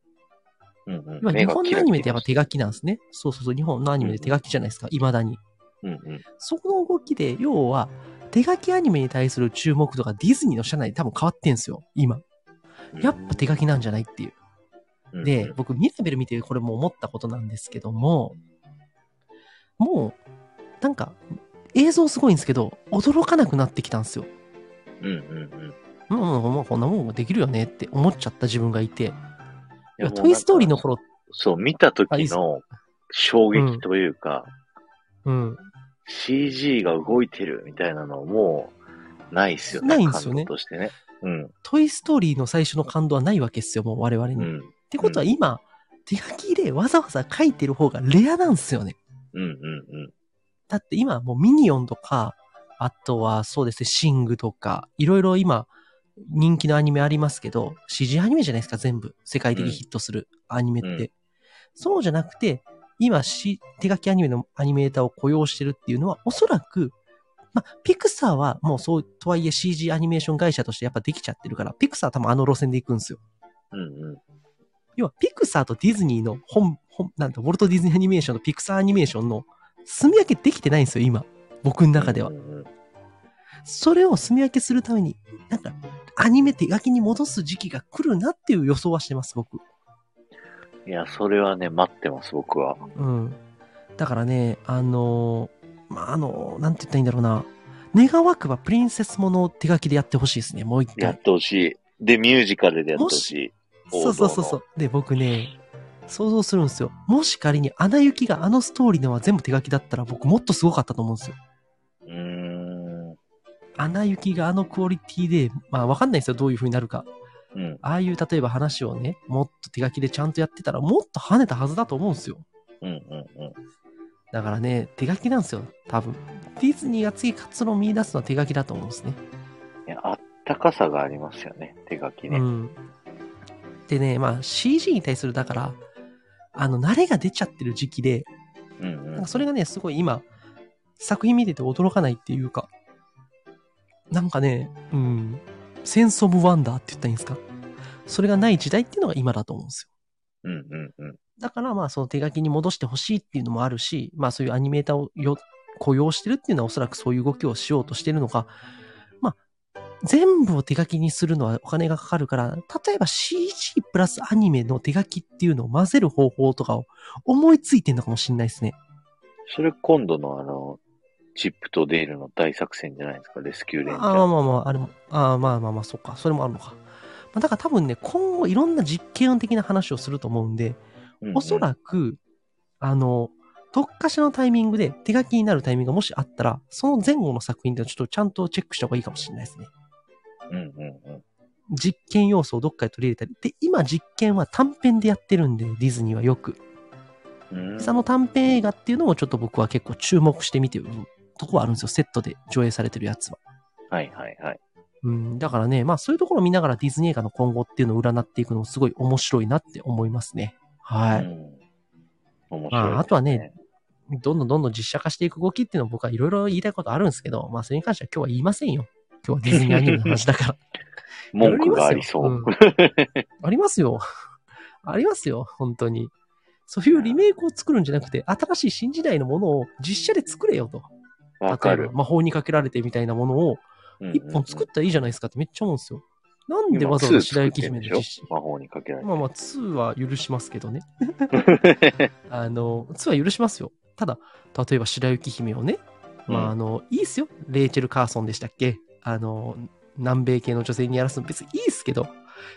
うんう今ん。日本のアニメってやっぱ手書き。きなんですね。そうそうそう、日本のアニメで手書きじゃないですか、未だに。うんうん。そこの動きで、要は、手書きアニメに対する注目度がディズニーの社内で多分変わってんすよ、今。やっぱ手書きなんじゃないっていう。うんで、、僕、ミラベル見てこれも思ったことなんですけども、もう、なんか、映像すごいんですけど、驚かなくなってきたんですよ。うんうんうん。いもうもうもうこんなもんできるよねって思っちゃった自分がいて、やトイ・ストーリーの。もうなんか頃、そう、見た時あいいっすの衝撃というか、うん、 CG が動いてるみたいなのもう、ないっすよね。ないんすよ感ね動としてね。うん。トイ・ストーリーの最初の感動はないわけですよ、もう我々に。うっん。てことは今、手書きでわざわざ書いてる方がレアなんですよね。うんうんうん。だって今もうミニオンとか、あとはそうですね、シングとか、いろいろ今人気のアニメありますけど、CG アニメじゃないですか、全部。世界的ヒットするアニメって。うんそうじゃなくて、今し、手書きアニメのアニメーターを雇用してるっていうのは、おそらく、まあ、ピクサーはもうそう、とはいえ CG アニメーション会社としてやっぱできちゃってるから、ピクサーは多分あの路線で行くんですよ。うんうん。要は、ピクサーとディズニーの本、本、なんだ、ウォルト・ディズニーアニメーションとピクサーアニメーションの住み分けできてないんですよ、今。僕の中ではう。んうんうんそれを住み分けするために、なんか、アニメ手書きに戻す時期が来るなっていう予想はしてます、僕。いや、それはね、待ってます、僕は。うん。だからね、あのーまあ、あのーなんて言ったらいいんだろうな。願わくばプリンセスものを手書きでやってほしいですね、もう一や回っ。てほしい。で、ミュージカルでやってほしい。王そ道うそのうそうそう。で、僕ね、想像するんですよ。もし仮にアナ雪があのストーリーのは全部手書きだったら僕もっとすごかったと思うんですよ。うーん。アナ雪があのクオリティで、まあわかんないですよ、どういう風になるか。うん。ああいう例えば話をね、もっと手書きでちゃんとやってたらもっと跳ねたはずだと思うんですよ。うんうんうん。だからね、手書きなんですよ、多分。ディズニーが次活論を見出すのは手書きだと思うんですね。いやあったかさがありますよね、手書きね。うん。でね、まあ CG に対する、だから、あの、慣れが出ちゃってる時期で、うんうなんん。かそれがね、すごい今、作品見てて驚かないっていうか、なんかね、うん、センスオブワンダーって言ったらいいんですかそれがない時代っていうのが今だと思うんですうよ。んうんうん。だからまあその手書きに戻してほしいっていうのもあるし、まあそういうアニメーターをよ雇用してるっていうのはおそらくそういう動きをしようとしてるのか、まあ全部を手書きにするのはお金がかかるから、例えば CG プラスアニメの手書きっていうのを混ぜる方法とかを思いついてんのかもしれないですね。それ今度のあの、チップとデールの大作戦じゃないですか、レスキューレンジャー。ああまあまあ、あれも、ああまあまあまあ、そっか、それもあるのか。まあ、だから多分ね、今後いろんな実験的な話をすると思うんで、うんうんおそらく、あの、どっかしらのタイミングで手書きになるタイミングがもしあったら、その前後の作品でちょっとちゃんとチェックした方がいいかもしれないですね。うんうんうん。実験要素をどっかで取り入れたり。で、今実験は短編でやってるんで、ディズニーはよく。うんその短編映画っていうのもちょっと僕は結構注目して見てるとこはあるんですよ。セットで上映されてるやつは。はいはいはい。うん、だからね、まあそういうところを見ながらディズニー映画の今後っていうのを占っていくのもすごい面白いなって思いますね。はうい。ん面白いですね、まああとはねどんどんどんどん実写化していく動きっていうのを僕はいろいろ言いたいことあるんですけど、まあそれに関しては今日は言いませんよ。今日はディズニーアニメの話だから。文句がありそう。んありますよ。ありますよ、本当に。そういうリメイクを作るんじゃなくて、新しい新時代のものを実写で作れよと。 (laughs) わか例えるば。魔法にかけられてみたいなものを一本作っったらいいじゃないですかってめっちゃ思うんですよ。なんでわざわざ白雪姫の実写。魔法にかけられて。まあまあ、2は許しますけどね。あの、2は許しますよ。ただ、例えば白雪姫をね、まあ、あの、いいっすよ。レイチェル・カーソンでしたっけあの、南米系の女性にやらすの別にいいっすけど、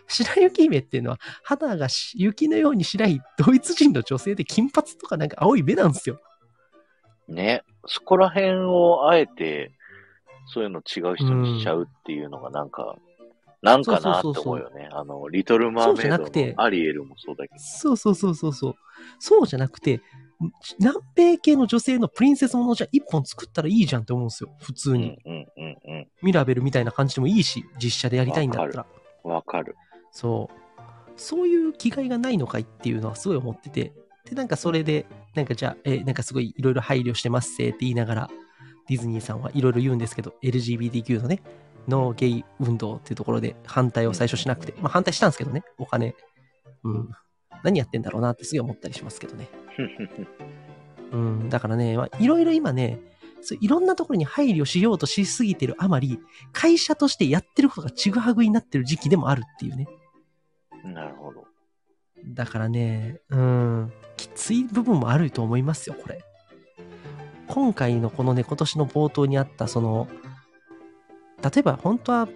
白雪姫っていうのは肌がし雪のように白いドイツ人の女性で金髪とかなんか青い目なんですよ。ね。そこら辺をあえて、そういうの違う人にしちゃうっていうのがなんか、なんかなって思うよね。あの、リトル・マーメイそうじゃなドくてのアリエルもそうだけど。そうそうそうそうそう。そうじゃなくて、南米系の女性のプリンセスものをじゃあ一本作ったらいいじゃんって思うんですよ。普通うに。んうんうんうミラベルみたいな感じでもいいし、実写でやりたいんだった。わからん。わかる。 (laughs) そう。そういう気概がないのかいっていうのはすごい思ってて。で、なんかそれで、なんかじゃあ、え、なんかすごいいろいろ配慮してますせって言いながら、ディズニーさんはいろいろ言うんですけど、LGBTQ のね、ノーゲイ運動っていうところで反対を最初しなくて、まあ反対したんですけどね、お金。うん。何やってんだろうなってすごい思ったりしますけどね。うん、だからね、まあ、いろいろ今ね、そういろんなところに配慮しようとしすぎてるあまり、会社としてやってることがちぐはぐになってる時期でもあるっていうね。なるほど。だからね、うん、きつい部分もあると思いますよ、これ。今回のこのね、今年の冒頭にあった、その、例えば本当は、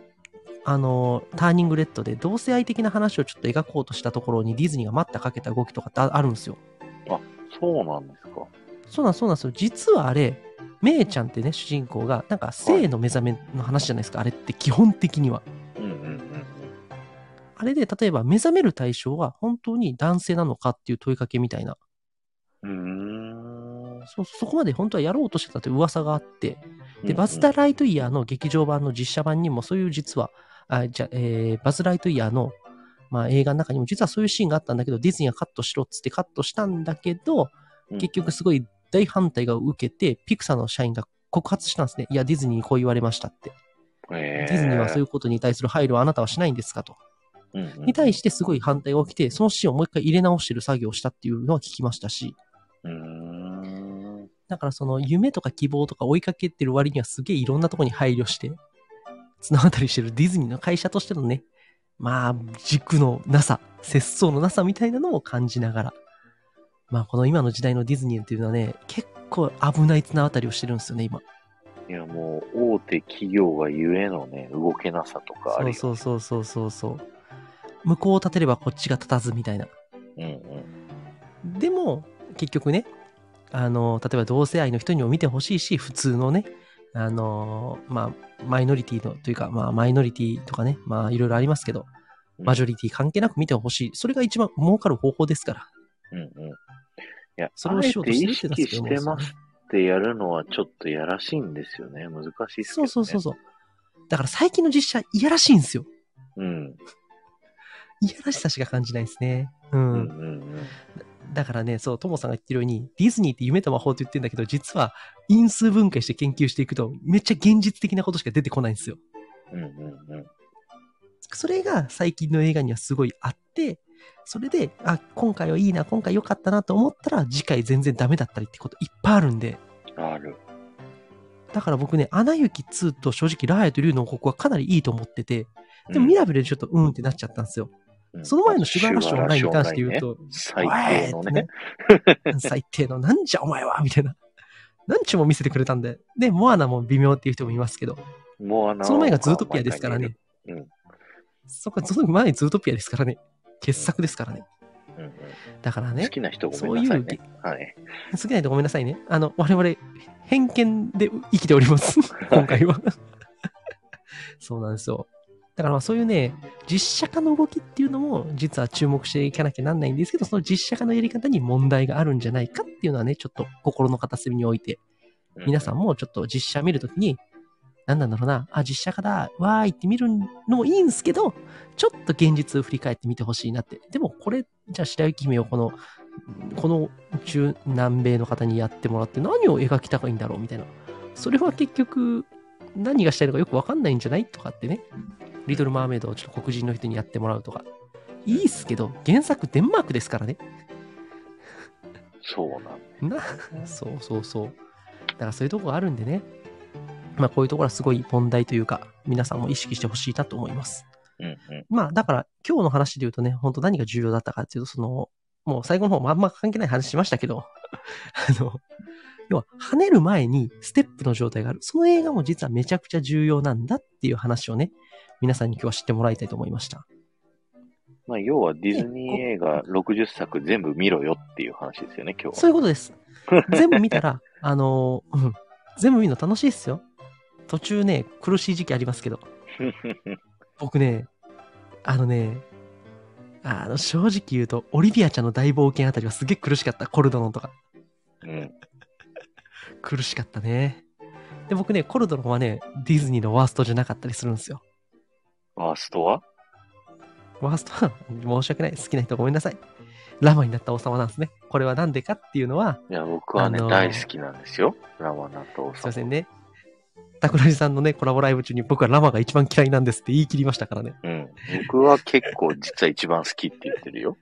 あの、ターニングレッドで同性愛的な話をちょっと描こうとしたところにディズニーが待ったかけた動きとかってああるんですよ。そうなんですか。そうなんそうなんですよ。実はあれ、メイちゃんってね、主人公が、なんか性の目覚めの話じゃないですか、あれって基本的には。うんうんうんあれで、例えば目覚める対象は本当に男性なのかっていう問いかけみたいな。うん。うーん。そ、そこまで本当はやろうとしてたという噂があって、で、バズ・ダ・ライトイヤーの劇場版の実写版にも、そういう実は、あじゃあえーバズ・ライトイヤーの、まあ、映画の中にも、実はそういうシーンがあったんだけど、ディズニーがカットしろっつってカットしたんだけど、うん結局すごい大反対が受けて、ピクサーの社員が告発したんですね。いや、ディズニーにこう言われましたって。えデーィズニーはそういうことに対する配慮はあなたはしないんですかうと。んうんに対してすごい反対が起きて、そのシーンをもう一回入れ直してる作業をしたっていうのは聞きましたし、うーんだからその夢とか希望とか追いかけてる割にはすげえいろんなとこに配慮して、綱渡りしてるディズニーの会社としてのね、まあ、軸のなさ、節操のなさみたいなのを感じながら、まあこの今の時代のディズニーっていうのはね、結構危ない綱渡りをしてるんですよね、今。いやもう大手企業がゆえのね、動けなさとかあるよ。そうそうそうそうそうそう。向こうを立てればこっちが立たずみたいな。うんうんでも、結局ね、あの、例えば同性愛の人にも見てほしいし、普通のね、あの、まあ、マイノリティの、というか、まあ、マイノリティとかね、まあ、いろいろありますけど、うんマジョリティ関係なく見てほしい。それが一番儲かる方法ですから。うんうん。いや、それをしようとあえしててる意って識してのはますってやるのはちょっとやらしいんですよね。難しいっすけど、そうね。そうそうそう。だから最近の実写、いやらしいんですよ。う。うん。いやらしさしか感じないですね。うん。うんうんだからね、そう、ともさんが言ってるように、ディズニーって夢と魔法って言ってんだけど、実は因数分解して研究していくと、めっちゃ現実的なことしか出てこないんですよ。うん。うんうんうん。それが最近の映画にはすごいあって、それで、あ、今回はいいな、今回良かったなと思ったら、次回全然ダメだったりってこといっぱいあるんで、ある。だから僕ね、アナ雪2と正直、ラーヤと竜の王国はかなりいいと思ってて、でもミラベルでちょっとうんってなっちゃったんですよ。うんその前のシュガーラッシュオンラインに関して言う、と、シュガーラッシュオンラインね最低のね。おいってね最低の、なんじゃお前はみたいな。何ちゅうも見せてくれたんで。で、モアナも微妙っていう人もいますけど、もうあのその前がズートピアですからね。。うんそっか、その前にズートピアですからね。傑作ですからね。うんうんだから好ね、きな人ごめんなさいね。はい。好きないとごめんなさいね。あの、我々、偏見で生きております。今回は。 (laughs) そうなんですよ。だからまあそういうね、実写化の動きっていうのも、実は注目していかなきゃなんないんですけど、その実写化のやり方に問題があるんじゃないかっていうのはね、ちょっと心の片隅に置いて、う皆さんん。もちょっと実写見るときに、何なんだろうな、あ、実写化だ、わーいって見るのもいいんすけど、ちょっと現実を振り返ってみてほしいなって。でもこれ、じゃあ白雪姫をこの、この中南米の方にやってもらって何を描きたいんだろうみたいな。それは結局、何がしたいのかよくわかんないんじゃないとかってね。リトル・マーメイドをちょっと黒人の人にやってもらうとか。いいっすけど、原作デンマークですからね。そうなんな、そうそうそう。だからそういうとこがあるんでね。まあこういうところはすごい問題というか、皆さんも意識してほしいなと思います。うんうん。まあだから今日の話で言うとね、本当何が重要だったかっていうと、その、もう最後の方もあんま関係ない話しましたけど、 (laughs) あの、要は跳ねる前にステップの状態がある。その映画も実はめちゃくちゃ重要なんだっていう話をね、皆さんに今日は知ってもらいたいと思いました。まあ、要はディズニー映画60作全部見ろよっていう話ですよね、今日は。そういうことです。全部見たら、あの、うん、全部見るの楽しいですよ。途中ね、苦しい時期ありますけど、僕ね、あのね、あの、正直言うと、オリビアちゃんの大冒険あたりはすげえ苦しかった。コルドノとか。 (laughs) うん。苦しかったね。で、僕ね、コルドロはね、ディズニーのワーストじゃなかったりするんですよ。ワーストはワーストは、申し訳ない。好きな人ごめんなさい。ラマになった王様なんですね。これは何でかっていうのは、いや、僕はね、あのー大好きなんですよ。ラマナと王すいま様。せんね。タクラジさんのね、コラボライブ中に僕はラマが一番嫌いなんですって言い切りましたからね。うん。僕は結構実は一番好きって言ってるよ。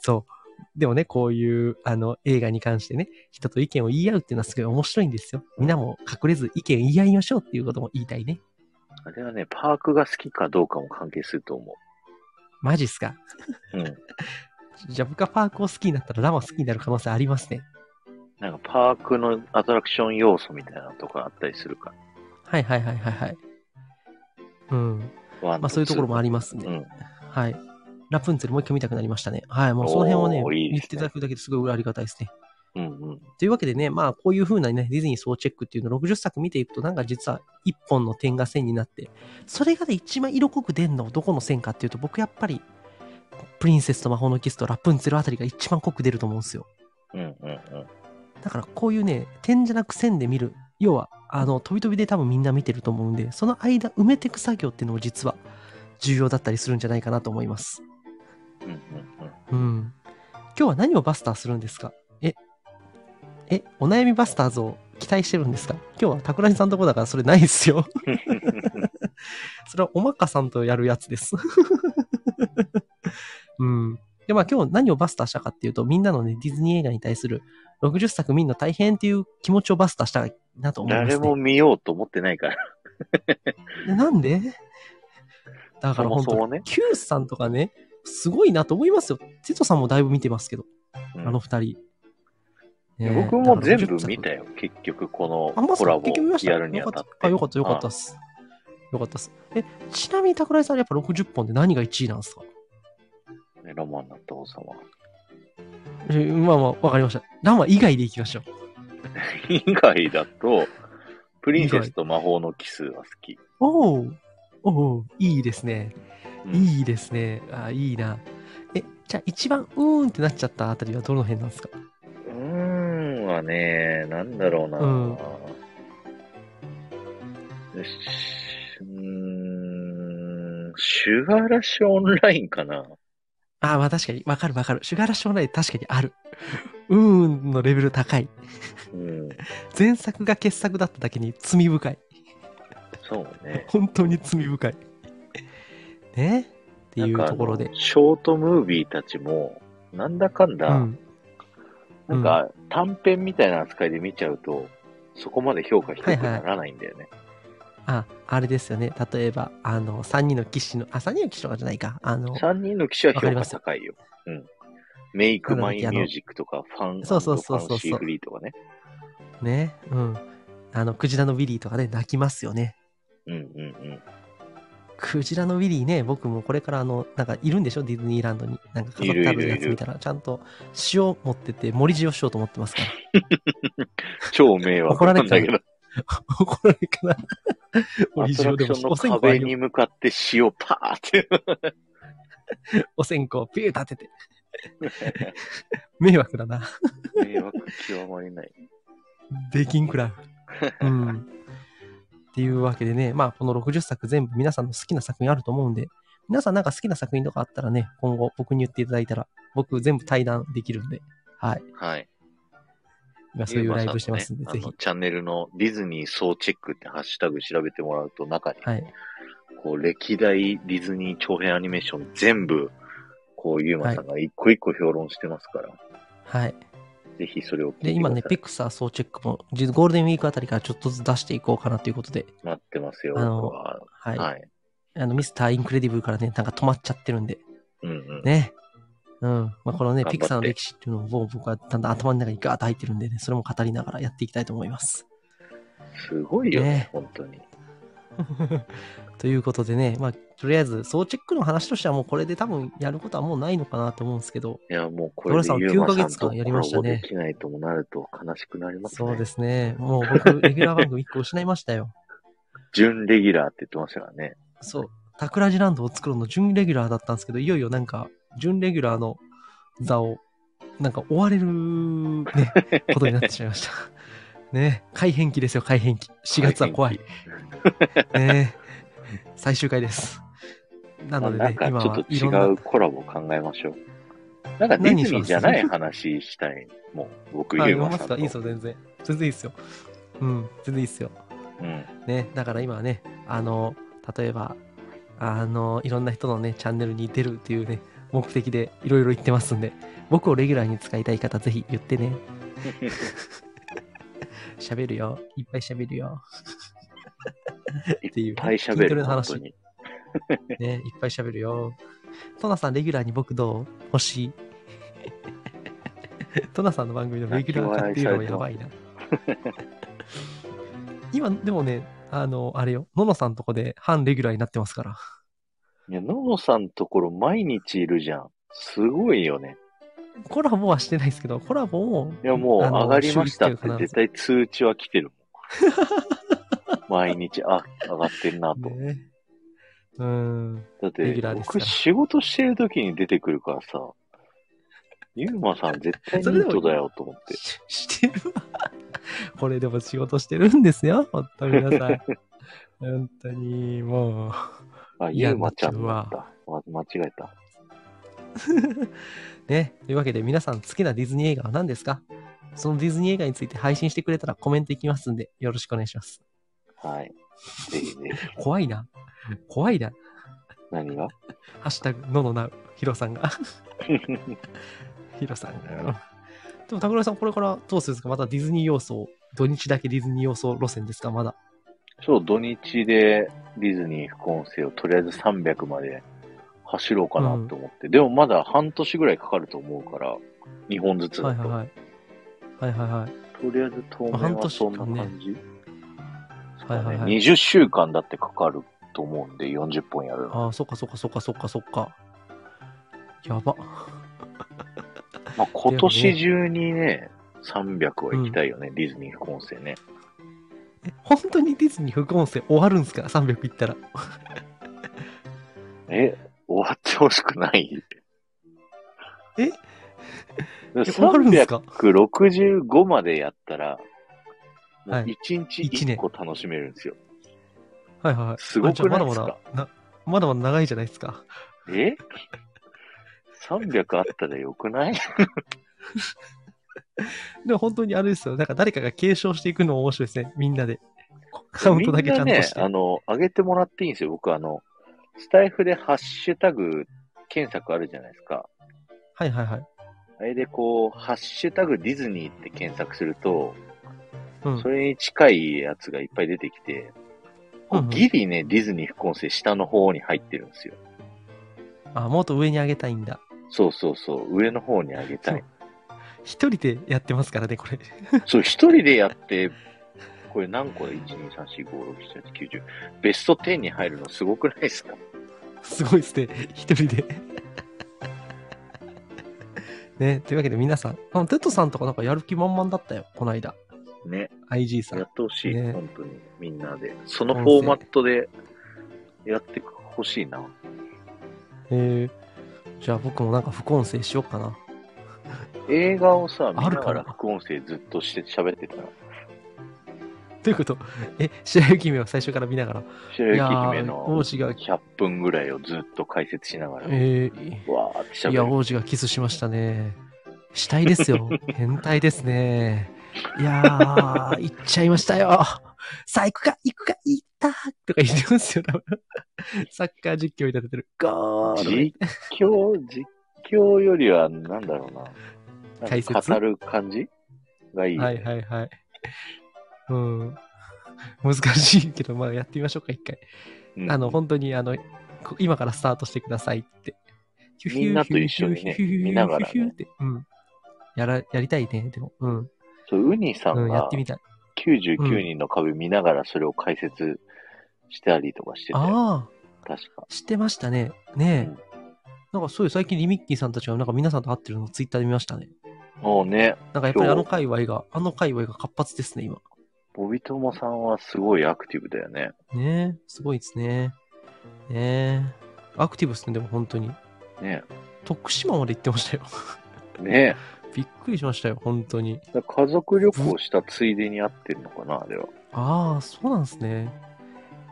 そう。でもね、こういうあの映画に関してね、人と意見を言い合うっていうのはすごい面白いんですよ。みんなも隠れず意見言い合いましょうっていうことも言いたいね。あれはね、パークが好きかどうかも関係すると思マジっすか。う。 (laughs) うん。ジャブカパークを好きになったらラマ好きになる可能性ありますね。なんかパークのアトラクション要素みたいなのとかあったりするかはいはいはいはいはい。うん。ら。ワンまあそういうところもありりますんで。うん。はい。ラプンツェルもう一回見たくなりましたね。はい。もうその辺をねおーいいですね言っていただくだけですごいありがたいですね。うんうん。というわけでね、まあ、こういう風なね、ディズニー総チェックっていうのを60作見ていくと、なんか実は1本の点が線になって、それがね、一番色濃く出んのどこの線かっていうと、僕やっぱり、プリンセスと魔法のキスとラプンツェルあたりが一番濃く出ると思うんですよ。うんうんうん。だからこういうね、点じゃなく線で見る。要は、あの、飛び飛びで多分みんな見てると思うんで、その間埋めていく作業っていうのも実は重要だったりするんじゃないかなと思います。うんうんうん。うん。今日は何をバスターするんですかえ、え、お悩みバスターズを期待してるんですか今日は桜井さんとこだからそれないで (laughs) すよ。それはおまかさんとやるやつです。 (laughs) うん。で、まあ今日何をバスターしたかっていうと、みんなのね、ディズニー映画に対する60作見んの大変っていう気持ちをバスターしたいなと思います、ね。誰も見ようと思ってないから。えなんでだから本そもそも当ねに、キュースさんとかね、すごいなと思いますよ。テトさんもだいぶ見てますけど、うんあの二人。ねえ僕も全部見。だかたよ。結局、こらの60コ作ラあ、ボ結局見ましたやるにあたって。よかった、よかったよかったっす。よかったっす。え、ちなみに桜井さんやっぱ60本で何が1位なんですかああ。ねロマンの王様。えまあまあ、わかりました。ラマ以外でいきましょう。以外だと、プリンセスと魔法のキスは好き。おおおういいですね。うんいいですね。あいいな。え、じゃあ一番うーんってなっちゃったあたりはどの辺なんですかうーんはね、なんだろうな。うんよし。うーん、シュガーラッシュオンラインかな。あまあ確かに、わかるわかる。シュガーラッシュオンライン確かにある。うーんのレベル高い。うん、前作が傑作だっただけに罪深い。そうね。 (laughs) 本当に罪深い。ねっていうところでなんかあ。のショートムービーたちも、なんだかんだ、うん。なんか短編みたいな扱いで見ちゃうと、そこまで評価低くならないんだよね。あ、あれですよね。例えば、あの、三人の騎士の、あ、三人の騎士とかじゃないか。あの、 3人の騎士はわか評りま価す高いよ。うん。メイクマイミあのュージックとか、ファンそうそうそうそうファンシーフリーとかね。ね。うん。あの、クジラのウィリーとかで泣きますよね。うんうんうん。クジラのウィリーね、僕もこれからあの、なんかいるんでしょディズニーランドに。なんか飾ってあいるいるるいやるつ見たら、ちゃんと塩持ってて、盛り塩しようと思ってますから。超迷惑怒らなれんちゃうだけど、怒られ (laughs) るかなア盛りトラ塩クでションものお線香あ壁るよに向かって塩パーって。お線香をピュー立てて。 (laughs) 迷惑だな。迷惑極まりない。できんくらい。うん。っていうわけでね、まあ、この60作全部皆さんの好きな作品あると思うんで、皆さんなんか好きな作品とかあったらね、今後僕に言っていただいたら、僕全部対談できるんで、はい。はい。今そういうライブしてますんで、ゆうまさのねぜひあの。チャンネルのディズニー総チェックってハッシュタグ調べてもらうと中に、はい。こう、歴代ディズニー長編アニメーション全部、こう、ゆうまさんが一個一個評論してますから、はい。ぜひそれを聞いてくださで、い。今ね、ピクサー総チェックも、じゴールデンウィークあたりからちょっとずつ出していこうかなということで、なってますよ、あの僕は。はい。はい。あの、ミスターインクレディブルからね、なんか止まっちゃってるんで、うんうん。ね。うん。まあ、このね、頑張ってピクサーの歴史っていうのを僕はだんだん頭の中にガーッと入ってるんでね、それも語りながらやっていきたいと思います。 (laughs) すごいよねね、本当に。ということでね、まあ、とりあえず、総チェックの話としてはもうこれで多分やることはもうないのかなと思うんですけど、いや、もうこれでドゆラうまさんはさ9ヶん月と間やりましたねコラボできないともなると悲しくなりますね。。そうですすね、もう僕、レギュラー番組1個失いましたよ。準レギュラーって言ってましたからね。そう、タクラジランドを作るの準レギュラーだったんですけど、いよいよなんか、準レギュラーの座を、なんか追われる、 (laughs) ね、ことになってしまいました。ね、改変期ですよ、改変期。4月は怖い。ね、最終回です。なまあ。のでなんね、か今ちょはっといろんな違うコラボ考えましょう。なんかディズニーじゃない話したい。もう、僕、あ、ゆう読みままさすんかと。いいですよ、全然。全然いいですよ。うん、全然いいですよ。うん。ね、だから今はね、あの、例えば、あの、いろんな人のね、チャンネルに出るっていうね、目的でいろいろ言ってますんで、僕をレギュラーに使いたい方、ぜひ言ってね。 (laughs) 喋るよ。いっぱい喋るよ。っていう、いっぱい筋喋トレる。の本話当に。ね、いっぱい喋るよ。トナさん、レギュラーに僕どう欲しい。 (laughs) トナさんの番組のレギュラー化っていうのもやばいな。 (laughs) 今、でもね、あの、あれよ、ののさんとこで反レギュラーになってますから。いや、ののさんところ毎日いるじゃん。すごいよね。コラボはしてないですけど、コラボも。いや、もうあの上がりましたっ週て一というか絶対通知は来てるも (laughs) ん。毎日、あ、上がってんなと。ねうん。だっレギてュラー、ですか僕ら仕事してる時に出てくるからさ、ゆうまさん絶対ニそれでーもトだよと思って。ししてるわ。 (laughs) これでも仕事してるんですよ。本当皆さん。本当に、もう。あ、いやゆうまちゃんだっなた。わ間違えた。ね、というわけで皆さん好きなディズニー映画は何ですかそのディズニー映画について配信してくれたらコメントいきますんでよろしくお願いします。はい。ぜひね、怖いな。怖いな。何がハッシュタグ、ののなう、ヒロさんが。ヒロさんが。でも、拓郎さん、これからどうするんですかまたディズニー要素を、土日だけディズニー要素路線ですかまだ。そう、土日でディズニー副音声をとりあえず300まで走ろうかなと思って。でもまだ半年ぐらいかかると思うから、2本ずつだと。はいはいはい。はいはいはい。とりあえず当面半は年そんな間ね感じ、ですかねはいはいはい20週間だってかかると思うんで、40本やるの。ああ、そっかそっかそっかそっかそっか。やば。まあ、今年中にね、300は行きたいよね、ディズニー副音声ね。え本当にディズニー副音声終わるんすか ?300 行ったら。え、終わってほしくないえ終わるんすか ?365 までやったら、もうはい1日一1年個楽しめるんですよ。はいはいはい。すごくあじゃあまなだいでますかだ、なまだまだ長いじゃないですか。え ?300 あったらよくないでも本当にあれですよ。なんか誰かが継承していくのも面白いですね。みんなで。カウントだけちゃんとして。みんなね、あの、上げてもらっていいんですよ。僕、あの、スタイフでハッシュタグ検索あるじゃないですか。はいはいはい。あれでこう、ハッシュタグディズニーって検索すると、うん。それに近いやつがいっぱい出てきて、こううんうんギリね、ディズニー副音声下の方に入ってるんですよ。あ、もっと上に上げたいんだ。そうそうそう、上の方に上げたい。一人でやってますからね、これ。 (laughs) そう、一人でやって、これ何個だ ?1、2、3、4、5、6、7、8、9、10。ベスト10に入るのすごくないですかすごいですね。一人で。 (laughs) ね、というわけで皆さん、あのテトさんとかなんかやる気満々だったよ、この間。ね。 IG さやん。ってほしい、ね本当に、みんなで。そのフォーマットでやってほしいな。えー、じゃあ僕もなんか副音声しようかな。映画をさ、見あなるがからな副音声ずっとして喋ってたら、ということ、え、白雪姫を最初から見 (laughs) ながら。白いや雪姫ー、の王子が、 100分ぐらいをずっと解説しながら、えー、わーっていや、喋る。王子がキスしましたね。死体ですよ。変態ですね。いやー、行っちゃいましたよ。さあ、行くか、行くか、行ったとか言ってますよ、多分サッカー実況に立ててる。ゴール実況、実況よりは、なんだろうな。なん解か説語る感じがいいよね。はいはいはい。うん。難しいけど、まあやってみましょうか、一回。うんあの、本当に、あの、こ今からスタートしてくださいって。みんなと一緒にね見ながらねヒューヒューヒューヒューってうん。やら、やりたいね、でも。うん。そうウニさうんん、やがってみたい。 99人の壁見ながらそれを解説したりとかしてて、ああ、確か。知ってましたね。ねうんえ。なんかそういう最近リミッキーさんたちがなんか皆さんと会ってるのをツイッターで見ましたね。もうね、なんかやっぱりあの界隈が、あの界隈が活発ですね、今。ボビトモさんはすごいアクティブだよね。ねえ、すごいですね。ねえ。アクティブですね、でも本当に。ね。徳島まで行ってましたよ。 (laughs) ねびっくりしましたよ、本当に。だから家族旅行したついでに会ってるのかな、あれは。ああ、そうなんですね。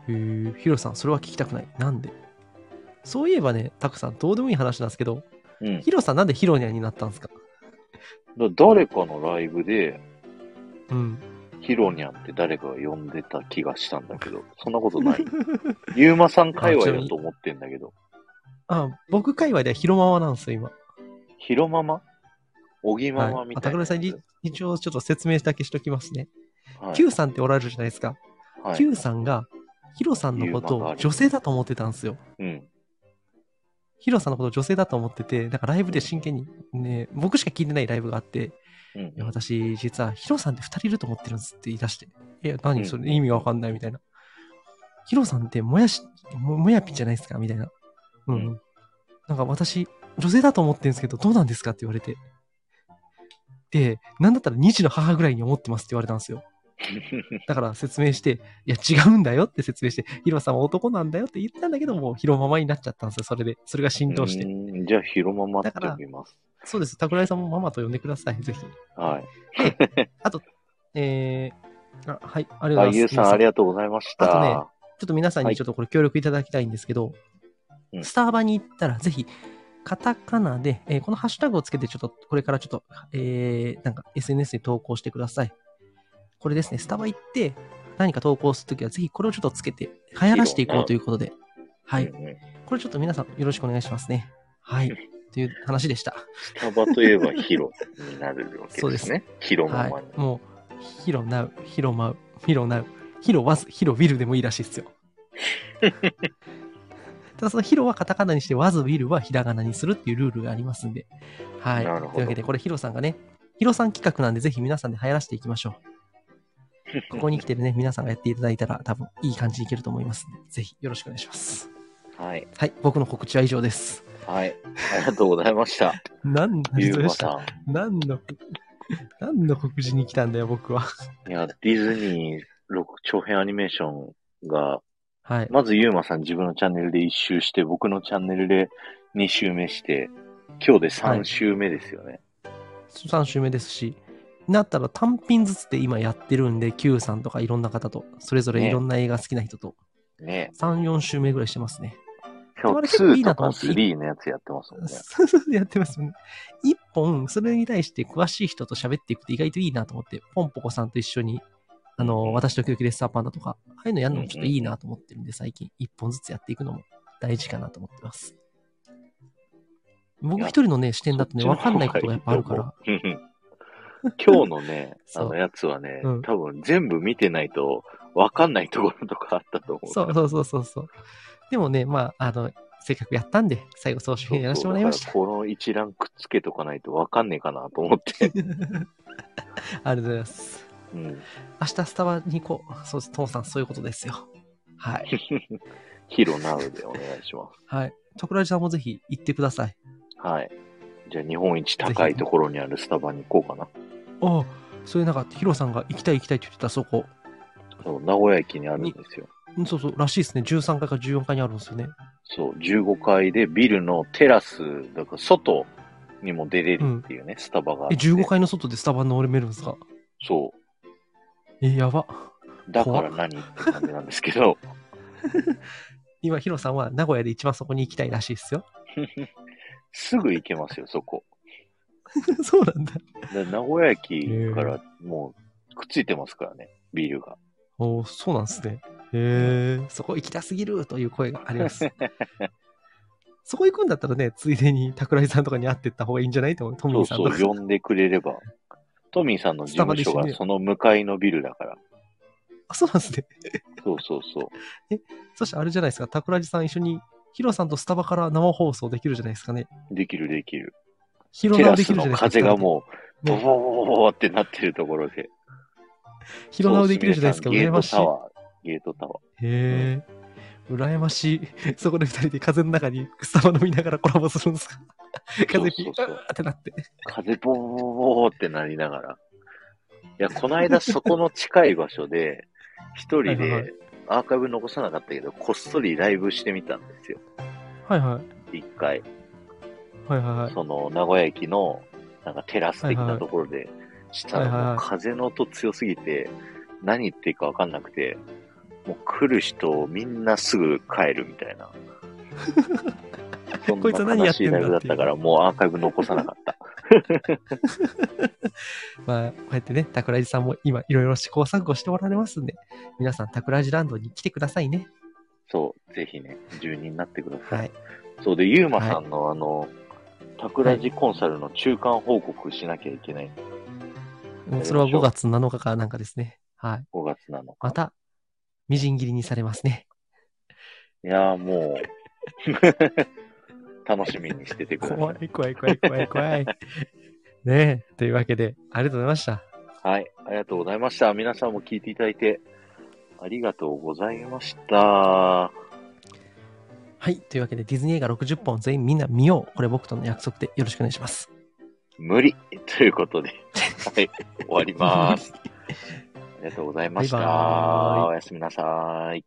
へえ、ヒロさん、それは聞きたくない。なんでそういえばね、タクさん、どうでもいい話なんですけど、うん。ヒロさんなんでヒロニャンになったんですかだ誰かのライブで、うん。ヒロニャンって誰かが呼んでた気がしたんだけど、そんなことない。ユーマさん界隈だと思ってんだけど、あ僕界隈ではヒロママなんですよ、今。ヒロママオギママはいみあたい高な田やつ。さんに一応ちょっと説明だけしときますね。はい Q さんっておられるじゃないですか。はい Q さんがヒロさんのこと理由があをる女性だと思ってたんですよ。うん。ヒロさんのことを女性だと思ってて、なんかライブで真剣に、ね、僕しか聞いてないライブがあって、うんいや私、実はヒロさんって2人いると思ってるんですって言い出して、いや、何それ意味がわかんないみたいな。ヒロさんってもやし、ももやぴんじゃないですかみたいな。うん。うなんか私、女性だと思ってるんですけど、どうなんですかって言われて。で、なんだったら2児の母ぐらいに思ってますって言われたんです (laughs) よ。だから説明して、いや、違うんだよって説明して、ヒロさんは男なんだよって言ったんだけど、もうヒロママになっちゃったんですよ、それで。それが浸透して。うんじゃあ、ヒロママって呼びます。そうです。桜井さんもママと呼んでください、ぜひ。はい。えー、あはい、ありがあ、とうございゆまうす。さん、あり皆がとうございましあた。ちょっと皆さんはにいちょっとこれ協力いただきたいんですけど、うんスタバに行ったらぜひ、カタカナで、えーこのハッシュタグをつけて、ちょっとこれからちょっと、えー、なんか SNS に投稿してください。これですね、スタバ行って何か投稿するときは、ぜひこれをちょっとつけて、流行らしていこうということで、はい、うんうんこれちょっと皆さんよろしくお願いしますね。はい、という話でした。スタバといえばヒロになるわけですね。ヒロマはマに。い、もう、ヒロナウ、ヒロマウ、ヒロナウ、ヒロワズ、ヒロウィルでもいいらしいっす (laughs) よ。ただそのヒロはカタカナにして、ワズ、ウィルはひらがなにするっていうルールがありますんで。はい。なるほどというわけで、これヒロさんがね、ヒロさん企画なんで、ぜひ皆さんで流行らせていきましょう。ここに来てるね、皆さんがやっていただいたら、多分いい感じにいけると思いますんで、ぜひよろしくお願いします。はい。はい、僕の告知は以上です。はい。ありがとうございました。何のゆ人うでましたさ何の、何の告示に来たんだよ、僕は。ん。いや、ディズニー6長編アニメーションが、はい。まずゆうまさん自分のチャンネルで1周して、僕のチャンネルで2周目して、今日で3周目ですよね。 3週目ですし、なったら単品ずつで今やってるんで、Q さんとかいろんな方と、それぞれいろんな映画好きな人と、ね3、4週目ぐらいしてますね。 (laughs) 今あれ日結構い2いなとかと思って3のやつやってますもんね。そうそうそうやってますよね。一本、それに対して詳しい人と喋っていくと意外といいなと思って、ポンポコさんと一緒に、あの、私とキキレッサーパンダとか、ああいうのやるのもちょっといいなと思ってるんで、最近、一本ずつやっていくのも大事かなと思ってます。僕一人のね、視点だとね、わかんないことがやっぱあるから、、うんうん。今日のねそあうのやつはね、うん多分全部見てないと分かんないところとかあったと思う。そうそうそうそうそう。でもね、まあ、あの、せっかくやったんで、最後総集そう編やらせてもらいましだた。からこの一覧くっつけとかないと分かんねえかなと思 (laughs) って。ありがとうございます。うん。明日スタバに行こう。そうです、トモさん、そういうことですよ。はい。ヒロナウでお願いしまはい。徳ラジさんもぜひ行ってください。す。はい。じゃあ日本一高いところにあるスタバに行こうかな。ああ、それなんか、ヒロさんが行きたい行きたいって言ってた、そこ。そう、名古屋駅にあるんですよ。うんそうそう、らしいですね。13階か14階にあるんですよね。そう、15階でビルのテラス、だから外にも出れるっていうね、スタバがあっえ、て。 15階の外でスタバ乗れめるんですかそう。え、やば。だから何って感じなんですけど、今、ヒロさんは名古屋で一番そこに行きたいらしいですよ。 (laughs) すぐ行けますよ、そこ。そうなんだ。で名古屋駅からもうくっついてますからね、ビールが。おお、そうなんですね。へえ、そこ行きたすぎるという声があります。 (laughs) そこ行くんだったらね、ついでに桜井さんとかに会ってった方がいいんじゃないと思う。トミそーうさんそとう、か。呼んでくれれば。トミーさんの事務所スタバで一緒にがねその向かいのビルだから。あそうなんですね。そうそうそう。そしてあれじゃないですか、桜井さん一緒に、ヒロさんとスタバから生放送できるじゃないですかね。できるできる。ヒロテナウラでスきるじゃないのです風か。がもう、ボねボボボボボってなってるところで。ヒロナウできるじゃないですか、ゲ羨ーまトしいタ。ワー。ゲートタワへえ、羨ましい。そこで二人で風の中にスタバ飲みながらコラボするんですか。風ピーそうそうッそうってなって。ー。風ボボボボボってなりながら。いや、この間そこの近い場所で、一人はいはいはでアーカイブ残さなかったけど、こっそりライブしてみたんですよ。はいはい。一回。はいはいはい。その名古屋駅のなんかテラス的はいはないところでしたらはいはいもはいう風の音強すぎて何言っていいかわかんなくてもう来る人みんなすぐ帰るみたいなそん (laughs) こいつは何な悲やってしいんだラっイてブいうだったからもうアーカイブ残さなかったまあ、こうやってね、タクラジさんも今いろいろ試行錯誤しておられますんで、皆さんタクラジランドに来てくださいね。そうぜひね住人になってください、はい。そうでゆうまさんのあのタクラジコンサルの中間報告しなきゃいけないもうそれは5月7日かなんかですね。はい。 5月なのまた、みじん切りにされますね。いやーもう (laughs) 楽しみにしててくださ怖い怖い怖い怖い怖 (laughs) い。ねえ、というわけで、ありがとうございました。はい、ありがとうございました。皆さんも聞いていただいてありがとうございました。ははい。というわけで、ディズニー映画60本全員みんな見よう。これ僕との約束でよろしくお願いします。無理 (laughs) ということで、はい、終わります。ありがとうございました。バイバイおやすみなさい。